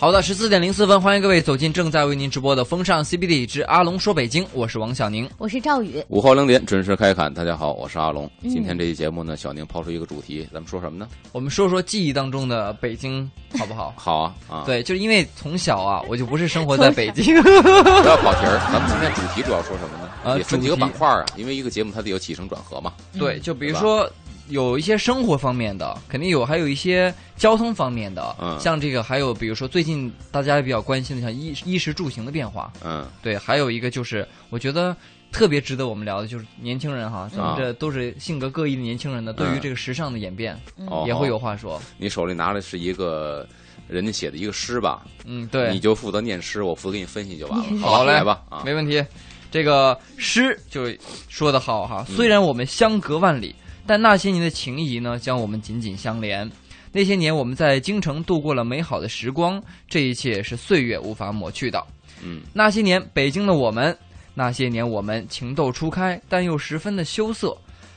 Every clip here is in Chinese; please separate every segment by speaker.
Speaker 1: 好的，十四点零四分，欢迎各位走进正在为您直播的风尚 CBD 之阿龙说北京，我是王小宁。
Speaker 2: 我是赵宇，
Speaker 3: 午后零点准时开侃，大家好，我是阿龙。
Speaker 1: 嗯
Speaker 3: 今天这期节目呢，小宁抛出一个主题，咱们说什么呢？？
Speaker 1: 我们说说记忆当中的北京，好不好
Speaker 3: 好啊啊，，
Speaker 1: 对，就是因为从小啊，我就不是生活在北 京，
Speaker 3: 不要跑题儿。咱们今天主题主要说什么呢？
Speaker 1: 啊
Speaker 3: 也分
Speaker 1: 主
Speaker 3: 几个
Speaker 1: 题
Speaker 3: 板块儿啊，因为一个节目它得有起承转合嘛。
Speaker 1: 对，就比如说有一些生活方面的，肯定有，还有一些交通方面的，
Speaker 3: 嗯
Speaker 1: 像这个，还有比如说最近大家比较关心的，像衣衣食住行的变化，
Speaker 3: 嗯，
Speaker 1: 对，还有一个就是我觉得。特别值得我们聊的就是年轻人哈，咱们
Speaker 3: 啊
Speaker 1: 这都是性格各异的年轻人呢，对于
Speaker 3: 嗯
Speaker 1: 这个时尚的演变
Speaker 3: 哦，
Speaker 1: 嗯也会有。话说。
Speaker 3: 你手里拿的是一个人家写的一个诗吧？
Speaker 1: 嗯，对，
Speaker 3: 你就负责念诗，我负责给你分析就完 了。
Speaker 1: 好嘞
Speaker 3: 吧，来吧啊。
Speaker 1: 没问题。这个诗就说得好
Speaker 3: 嗯
Speaker 1: 哈，虽然我们相隔万里，但那些年的情谊呢，将我们紧紧相连。那些年我们在京城度过了美好的时光，这一切是岁月无法抹去的。
Speaker 3: 嗯，
Speaker 1: 那些年北京的我们，那些年我们情窦初开，但又十分的羞涩，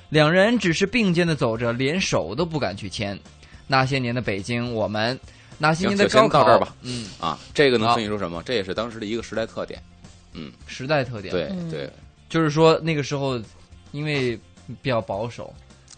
Speaker 1: 两人只是并肩的走着，连手都不敢去牵。那些年的北京，我们，那些年的
Speaker 3: 行
Speaker 1: 高
Speaker 3: 先
Speaker 1: 考，
Speaker 3: 到这儿吧
Speaker 1: 嗯，
Speaker 3: 啊，这个能
Speaker 1: 好
Speaker 3: 分析出什么？这也是当时的一个时代特点。
Speaker 1: 时代特点，
Speaker 3: 对
Speaker 2: 嗯
Speaker 3: 对，
Speaker 1: 就是说那个时候，因为比较保守，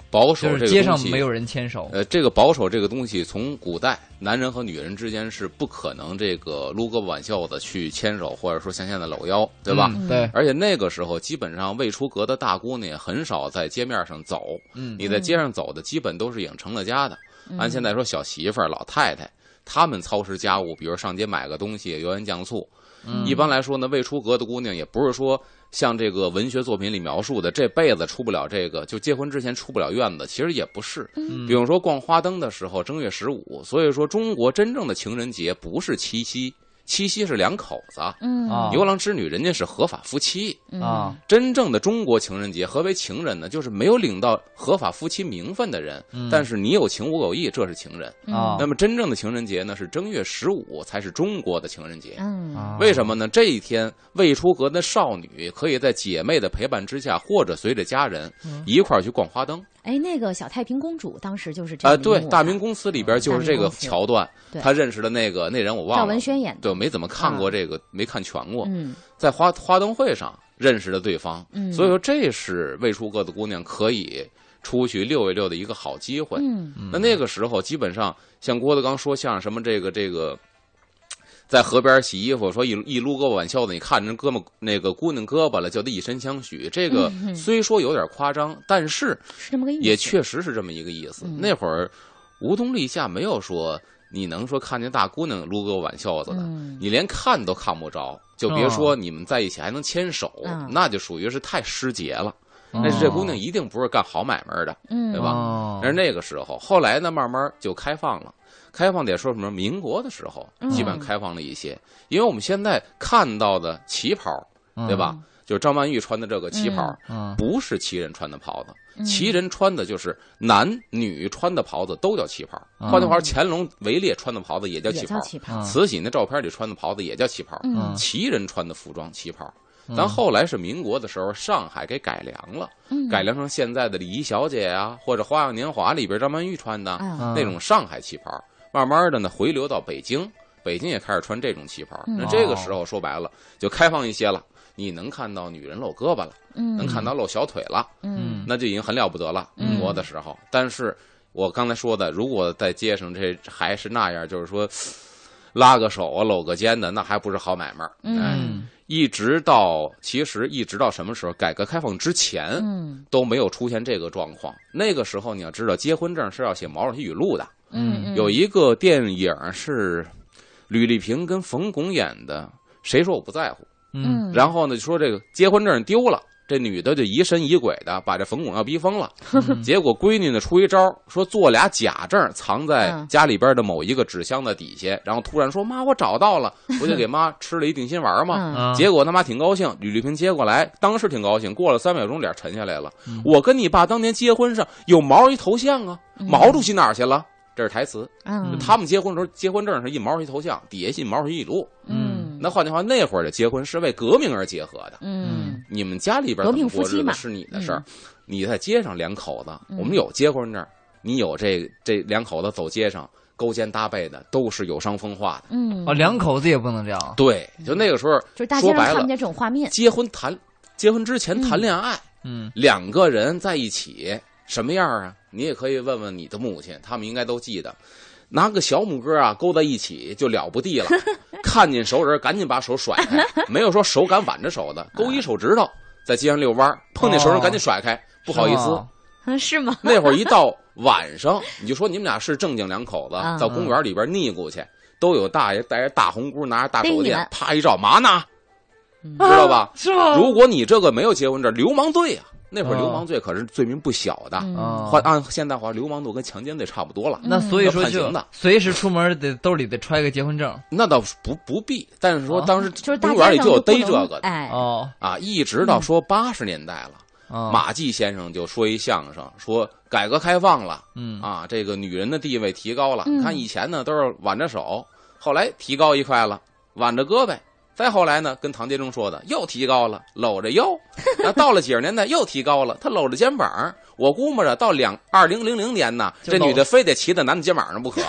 Speaker 3: 保守
Speaker 1: 就是
Speaker 3: 这个
Speaker 1: 街
Speaker 3: 东
Speaker 1: 上
Speaker 3: 西
Speaker 1: 没有人牵手。
Speaker 3: 呃，这个保守这个东西，从古代男人和女人之间是不可能这个撸胳膊挽袖子去牵手，或者说像现在搂腰，对吧？
Speaker 1: 嗯对，
Speaker 3: 而且那个时候，基本上未出阁的大姑娘也很少在街面上走。
Speaker 1: 嗯
Speaker 3: 你在街上走的，基本都是已经成了家的。
Speaker 2: 嗯
Speaker 3: 按现在说，小媳妇儿、老太太，她们操持家务，比如上街买个东西，油盐酱醋。一般来说呢，未出阁的姑娘也不是说像这个文学作品里描述的，这辈子出不了这个，就结婚之前出不了院子。其实也不是，比如说逛花灯的时候，正月十五，所以说中国真正的情人节不是七夕，七夕是两口子啊，
Speaker 2: 嗯
Speaker 1: 啊
Speaker 3: 牛郎织女人家是合法夫妻。
Speaker 1: 啊，
Speaker 3: 真正的中国情人节，何为情人呢？就是没有领到合法夫妻名分的人，
Speaker 2: 嗯
Speaker 3: 但是你有情我有义，这是情人。
Speaker 1: 啊
Speaker 2: 哦
Speaker 3: 那么真正的情人节呢，是正月十五才是中国的情人节。
Speaker 2: 嗯
Speaker 1: 啊
Speaker 3: 为什么呢？这一天，未出阁的少女可以在姐妹的陪伴之下，或者随着家人
Speaker 2: 嗯
Speaker 3: 一块儿去逛花灯
Speaker 2: 哎，那个小太平公主当时就是这
Speaker 3: 啊、
Speaker 2: 个
Speaker 3: 对，
Speaker 2: 人物
Speaker 3: 大
Speaker 2: 啊
Speaker 3: 明宫词里边就是这
Speaker 2: 大明
Speaker 3: 个
Speaker 2: 宫词
Speaker 3: 桥段
Speaker 2: 对，
Speaker 3: 她认识的那个那人我忘了，
Speaker 2: 赵文啊轩演的，
Speaker 3: 对，我没怎么看过这个，没看全过，
Speaker 2: 嗯
Speaker 3: 在花花灯会上认识的对方，
Speaker 2: 嗯
Speaker 3: 所以说这是未出阁的姑娘可以出去溜一溜的一个好机会。
Speaker 2: 嗯
Speaker 3: 那那个时候，基本上像郭德纲说相声什么这个这个，在河边洗衣服，说一一撸胳膊挽袖子，你看人胳膊那个姑娘胳膊了，就得以身相许。这个虽说有点夸张，但是
Speaker 2: 嗯是嗯这么个意思，
Speaker 3: 也确实是这么一个意思。那会儿吴东立夏没有说你能说看见大姑娘撸胳膊挽袖子的，
Speaker 2: 嗯
Speaker 3: 你连看都看不着，就
Speaker 1: 哦
Speaker 3: 别说你们在一起还能牵手，
Speaker 2: 嗯
Speaker 3: 那就属于是太失节了。
Speaker 1: 哦
Speaker 3: 那是这姑娘一定不是干好买卖的，
Speaker 2: 嗯
Speaker 3: 对吧？
Speaker 1: 哦
Speaker 3: 但是那个时候，后来呢，慢慢就开放了。开放得说什么？民国的时候，
Speaker 2: 嗯
Speaker 3: 基本上开放了一些，因为我们现在看到的旗袍，对吧？
Speaker 2: 嗯
Speaker 3: 就是张曼玉穿的这个旗袍，
Speaker 1: 嗯
Speaker 3: 不是旗人穿的袍
Speaker 2: 嗯
Speaker 3: 子，旗人穿的就是男女穿的袍子都叫旗袍。
Speaker 1: 嗯
Speaker 3: 换句话说，乾隆、围猎穿的袍子也叫旗
Speaker 2: 也叫
Speaker 3: 袍，
Speaker 2: 旗袍，
Speaker 3: 慈禧那照片里穿的袍子也叫旗袍。
Speaker 2: 嗯
Speaker 3: 旗人穿的服装旗袍。咱后来是民国的时候，上海给改良了，
Speaker 2: 嗯
Speaker 3: 改良成现在的礼仪小姐啊，或者《花样年华》里边张曼玉穿的
Speaker 2: 啊
Speaker 3: 那种上海旗袍。慢慢的呢，回流到北京，北京也开始穿这种旗袍。
Speaker 2: 嗯
Speaker 3: 那这
Speaker 2: 哦
Speaker 3: 个时候说白了，就开放一些了。你能看到女人露胳膊了，能
Speaker 2: 嗯
Speaker 3: 看到露小腿了，
Speaker 2: 嗯
Speaker 3: 那就已经很了不得了。民国的时候，但是我刚才说的，如果在街上这还是那样，就是说拉个手啊、搂个肩的，那还不是好买卖儿。哎，
Speaker 2: 嗯
Speaker 3: 一直到其实一直到什么时候，改革开放之前、
Speaker 2: 嗯
Speaker 3: 都没有出现这个状况。那个时候你要知道，结婚证是要写毛主席语录的。
Speaker 2: 嗯
Speaker 3: 有一个电影是吕丽萍跟冯巩演的，谁说我不在乎？
Speaker 1: 嗯，
Speaker 2: 嗯，
Speaker 3: 然后呢，就说这个结婚证丢了，这女的就疑神疑鬼的把这冯巩要逼疯了。
Speaker 2: 嗯
Speaker 3: 结果闺女呢出一招，说做俩假证藏在
Speaker 2: 嗯
Speaker 3: 家里边的某一个纸箱的底下，然后突然说妈我找 到了，不就给妈吃了一定心丸吗？
Speaker 2: 嗯
Speaker 1: 啊
Speaker 3: 结果他妈挺高兴，吕丽萍接过来，当时挺高兴。过了三秒钟，脸沉下来了。
Speaker 2: 嗯
Speaker 3: 我跟你爸当年结婚上有毛主席头像啊，毛主席哪儿去了？这是台词。
Speaker 2: 嗯
Speaker 3: 他们结婚的时候，结婚证上印毛主席头像，底下印毛主席语录。
Speaker 2: 嗯
Speaker 3: 那换句话，那会儿的结婚是为革命而结合的。
Speaker 2: 嗯
Speaker 3: 你们家里边
Speaker 2: 革
Speaker 3: 怎
Speaker 2: 命
Speaker 3: 么
Speaker 2: 夫
Speaker 3: 过
Speaker 2: 妻
Speaker 3: 日
Speaker 2: 嘛嗯
Speaker 3: 子是你的事儿，你在街上两口子，我们有结婚证儿，你有这这两口子走街上勾肩搭背的，都是有伤风化的。
Speaker 2: 嗯，
Speaker 1: 哦，两口子也不能这样。
Speaker 3: 对，就那个时候，
Speaker 2: 就是大街
Speaker 3: 说
Speaker 2: 上
Speaker 3: 白
Speaker 2: 看
Speaker 3: 了
Speaker 2: 不，见这种画面，
Speaker 3: 结婚谈结婚之前谈恋爱，
Speaker 1: 嗯，
Speaker 3: 两个人在一起什么样啊？你也可以问问你的母亲，他们应该都记得。拿个小拇哥啊勾在一起就了不地了，看见熟人赶紧把手甩 开，没有说手敢挽着手
Speaker 2: 哎
Speaker 3: 的，勾一手指头在街上遛弯儿，碰见熟人赶紧甩
Speaker 2: 哦
Speaker 3: 开，不好意
Speaker 1: 是
Speaker 3: 思。
Speaker 1: 吗
Speaker 2: 嗯是吗？
Speaker 3: 那会儿一到晚上，你就说你们俩是正经两口子
Speaker 2: 嗯，
Speaker 3: 到公园里边腻咕去，都有大爷带着大红箍，拿着大手
Speaker 2: 逮你
Speaker 3: 电
Speaker 2: 们，
Speaker 3: 啪一照，嘛呢？
Speaker 2: 嗯
Speaker 3: 知道吧
Speaker 1: 啊 是吗？
Speaker 3: 如果你这个没有结婚证，流氓罪啊！那会儿流
Speaker 1: 哦
Speaker 3: 氓罪可是罪名不小的，
Speaker 2: 嗯
Speaker 1: 啊
Speaker 3: 换按现代话，流氓罪跟强奸罪差不多了。
Speaker 1: 那所以说
Speaker 3: 要判
Speaker 1: 就
Speaker 3: 刑的
Speaker 1: 随时出门得兜里得揣个结婚证。
Speaker 3: 那倒是不不必，但是说
Speaker 1: 哦
Speaker 3: 当时
Speaker 2: 就是大
Speaker 3: 公
Speaker 2: 街上
Speaker 3: 园里就有
Speaker 2: 不
Speaker 3: 逮
Speaker 2: 能
Speaker 3: 这个的
Speaker 2: 哎，嗯
Speaker 1: 哦，
Speaker 3: 啊，一直到说八十年代了，
Speaker 1: 哦
Speaker 3: 马季先生就说一相声，说改革开放了
Speaker 1: 嗯
Speaker 3: 啊，这个女人的地位提高了。
Speaker 2: 嗯
Speaker 3: 你看以前呢都是挽着手，后来提高一块了，挽着胳膊。再后来呢，跟唐杰忠说的又提高了，搂着 腰。那到了几十年代又提高了，他搂着肩膀。我估摸着到两二零零零年呢，
Speaker 1: 就
Speaker 3: 这
Speaker 1: 搂
Speaker 3: 女的非得骑在男的肩膀上 不可。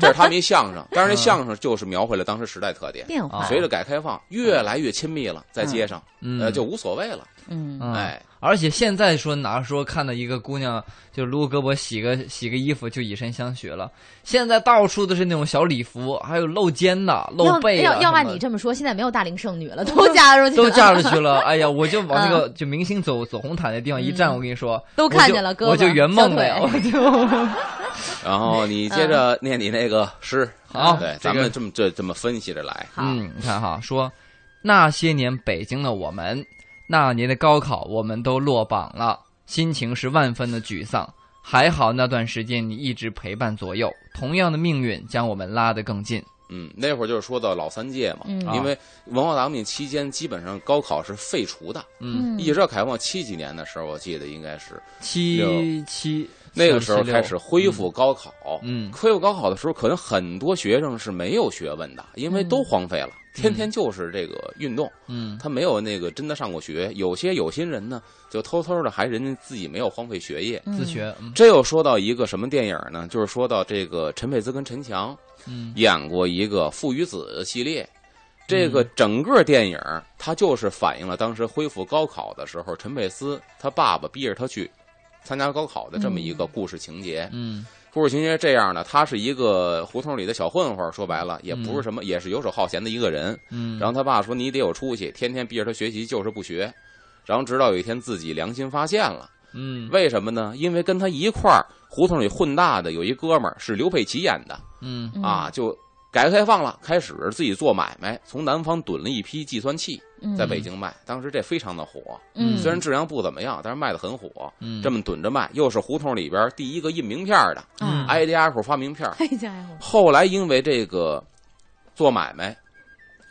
Speaker 3: 这是他们一相声，当然这相声就是描绘了当时时代特点。
Speaker 2: 变化，
Speaker 1: 啊
Speaker 3: 随着改革开放越来越亲密了，在街上，
Speaker 1: 嗯
Speaker 3: 呃，就无所谓了。
Speaker 2: 嗯，
Speaker 1: 嗯
Speaker 3: 哎，
Speaker 1: 而且现在说拿说看到一个姑娘就撸胳膊洗个洗个衣服就以身相许了，现在到处都是那种小礼服，还有露肩的、露
Speaker 2: 要
Speaker 1: 背的
Speaker 2: 要要按
Speaker 1: 什么
Speaker 2: 你这么说，现在没有大龄剩女了，都嫁入去了，
Speaker 1: 都嫁出去了，哎呀，我就往那
Speaker 2: 嗯
Speaker 1: 个就明星走走红毯那地方一站，我跟你说，
Speaker 2: 都看见了
Speaker 1: 我就
Speaker 2: 胳膊
Speaker 1: 我就圆梦了呀，
Speaker 2: 小
Speaker 1: 我就
Speaker 3: 然后你接着念你那个诗，啊
Speaker 1: 好
Speaker 3: 对，
Speaker 1: 这个
Speaker 3: 咱们这么这这么分析着来，
Speaker 2: 好，
Speaker 1: 嗯，你看哈，说那些年北京的我们，那年的高考我们都落榜了，心情是万分的沮丧。还好那段时间你一直陪伴左右，同样的命运将我们拉得更近。
Speaker 3: 嗯，那会儿就是说到老三届嘛，
Speaker 2: 嗯
Speaker 3: 因为文化大革命期间基本上高考是废除的，
Speaker 1: 嗯，
Speaker 3: 一直到改革开放七几年的时候，我记得应该是
Speaker 1: 七七
Speaker 3: 那个时候
Speaker 1: 36
Speaker 3: 开始恢复高考，
Speaker 1: 嗯嗯
Speaker 3: 恢复高考的时候，可能很多学生是没有学问的，因为都荒废了，天天就是这个运动，
Speaker 1: 嗯
Speaker 3: 他没有那个真的上过学，有些有心人呢，就偷偷的还人家自己没有荒废学业，
Speaker 1: 自学，嗯
Speaker 3: 这又说到一个什么电影呢？就是说到这个陈佩斯跟陈强
Speaker 1: 嗯
Speaker 3: 演过一个《父与子》系列，这
Speaker 1: 嗯
Speaker 3: 个整个电影它就是反映了当时恢复高考的时候，陈佩斯他爸爸逼着他去参加高考的这么一个故事情节。
Speaker 1: 嗯
Speaker 3: 故事情节是这样的，他是一个胡同里的小混混，说白了也不是什么，也是游手好闲的一个人。
Speaker 1: 嗯，
Speaker 3: 然后他爸说：“你得有出息，天天逼着他学习，就是不学。”然后直到有一天自己良心发现了。
Speaker 1: 嗯
Speaker 3: 为什么呢？因为跟他一块儿胡同里混大的有一哥们儿是刘佩琦演的
Speaker 1: 嗯
Speaker 2: 嗯
Speaker 3: 啊，，就改革开放了，开始自己做买卖，从南方囤了一批计算器
Speaker 2: 嗯
Speaker 3: 在北京卖，当时这非常的火，
Speaker 2: 嗯，
Speaker 3: 虽然质量不怎么样，但是卖的很火。
Speaker 1: 嗯，
Speaker 3: 这么囤着卖，又是胡同里边第一个印名片儿的，
Speaker 1: 嗯
Speaker 2: 哎，
Speaker 3: 挨家挨户发名片儿。
Speaker 2: 哎家伙，
Speaker 3: 后来因为这个做买卖，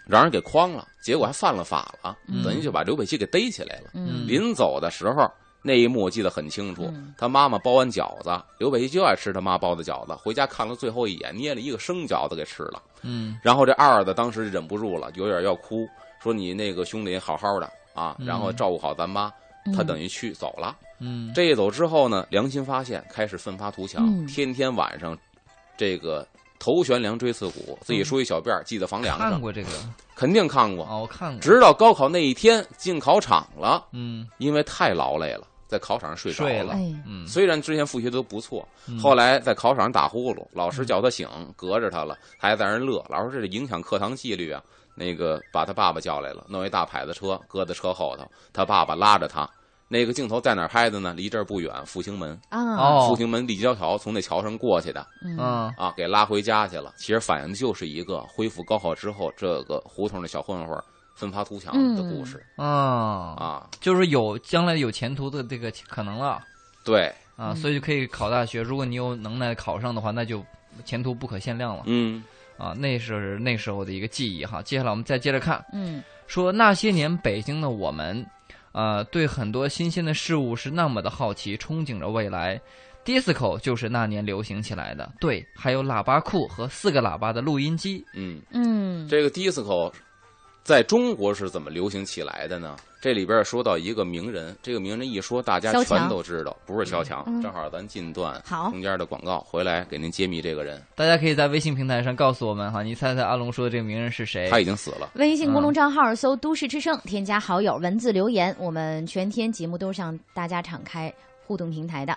Speaker 3: 让人给诓了，结果还犯了法了，
Speaker 2: 嗯
Speaker 3: 等于就把刘佩琦给逮起来了。
Speaker 2: 嗯
Speaker 3: 临走的时候，那一幕我记得很清楚。
Speaker 2: 嗯
Speaker 3: 他妈妈包完饺子，刘北就爱吃他妈包的饺子，回家看了最后一眼，捏了一个生饺子给吃了。
Speaker 1: 嗯
Speaker 3: 然后这二的当时忍不住了，有点要哭，说你那个兄弟好好的啊，
Speaker 1: 嗯
Speaker 3: 然后照顾好咱妈。
Speaker 2: 嗯
Speaker 3: 他等于去走了，
Speaker 1: 嗯
Speaker 3: 这一走之后呢，良心发现，开始奋发图强，
Speaker 2: 嗯
Speaker 3: 天天晚上，这个头悬梁锥刺股，自己梳一小辫儿系在房
Speaker 1: 嗯
Speaker 3: 梁
Speaker 1: 看
Speaker 3: 上，
Speaker 1: 过这个
Speaker 3: 肯定看过。
Speaker 1: 哦，我看过，
Speaker 3: 直到高考那一天进考场了，
Speaker 1: 嗯
Speaker 3: 因为太劳累了，在考场上睡着
Speaker 1: 睡
Speaker 2: 了
Speaker 1: 了
Speaker 2: 哎，
Speaker 1: 嗯，
Speaker 3: 虽然之前复习都不错，
Speaker 1: 嗯
Speaker 3: 后来在考场上打呼噜，老师叫他醒，隔着他了，他还在那儿乐。老师这影响课堂纪律啊。那个把他爸爸叫来了，弄一大牌子车搁在车后头，他爸爸拉着他。那个镜头在哪儿拍的呢？离这儿不远，复兴门，
Speaker 2: 啊，
Speaker 1: 哦
Speaker 3: 复兴门立交桥，从那桥上过去的
Speaker 2: 嗯
Speaker 1: 嗯
Speaker 3: 啊，给拉回家去了。其实反映的就是一个恢复高考之后，这个胡同的小混混奋发图强的故事、
Speaker 1: 啊
Speaker 3: 啊。
Speaker 1: 就是有将来有前途的这个可能了
Speaker 3: 对，
Speaker 1: 啊，
Speaker 2: 嗯
Speaker 1: 所以就可以考大学。如果你有能耐考上的话，那就前途不可限量了
Speaker 3: 嗯，
Speaker 1: 啊。那是那时候的一个记忆哈。接下来我们再接着看，
Speaker 2: 嗯
Speaker 1: 说那些年北京的我们，呃，对很多新鲜的事物是那么的好奇，憧憬着未来。disco 就是那年流行起来的，对，还有喇叭裤和四个喇叭的录音机，
Speaker 3: 嗯。
Speaker 2: 嗯，
Speaker 3: 这个 disco 在中国是怎么流行起来的呢？这里边儿说到一个名人，这个名人一说，大家
Speaker 2: 萧
Speaker 3: 全
Speaker 2: 蔷
Speaker 3: 都知道，不是萧蔷。
Speaker 2: 嗯
Speaker 3: 正好咱进段
Speaker 2: 好
Speaker 3: 中间的广告，回来给您揭秘这个人，
Speaker 1: 大家可以在微信平台上告诉我们哈，你猜猜阿龙说的这个名人是谁？
Speaker 3: 他已经死了。
Speaker 2: 微信公
Speaker 1: 嗯
Speaker 2: 众账号搜“都市之声”，添加好友，文字留言，我们全天节目都是向大家敞开互动平台的。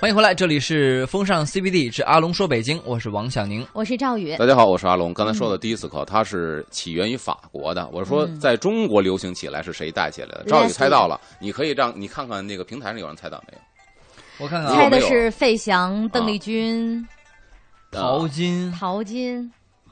Speaker 1: 欢迎回来，这里是风尚 CBD 之阿龙说北京，我是王小宁。
Speaker 2: 我是赵宇，
Speaker 3: 大家好，我是阿龙。刚才
Speaker 2: 嗯
Speaker 3: 说的 disco，它是起源于法国的。我说在中国流行起来是谁带起来的？赵宇猜到了，你可以让你看看那个平台上有人猜到没有？
Speaker 1: 我看看
Speaker 3: 猜
Speaker 1: 啊，
Speaker 2: 猜的是费翔、邓丽君、
Speaker 1: 陶
Speaker 3: 啊
Speaker 1: 金，
Speaker 2: 陶晶。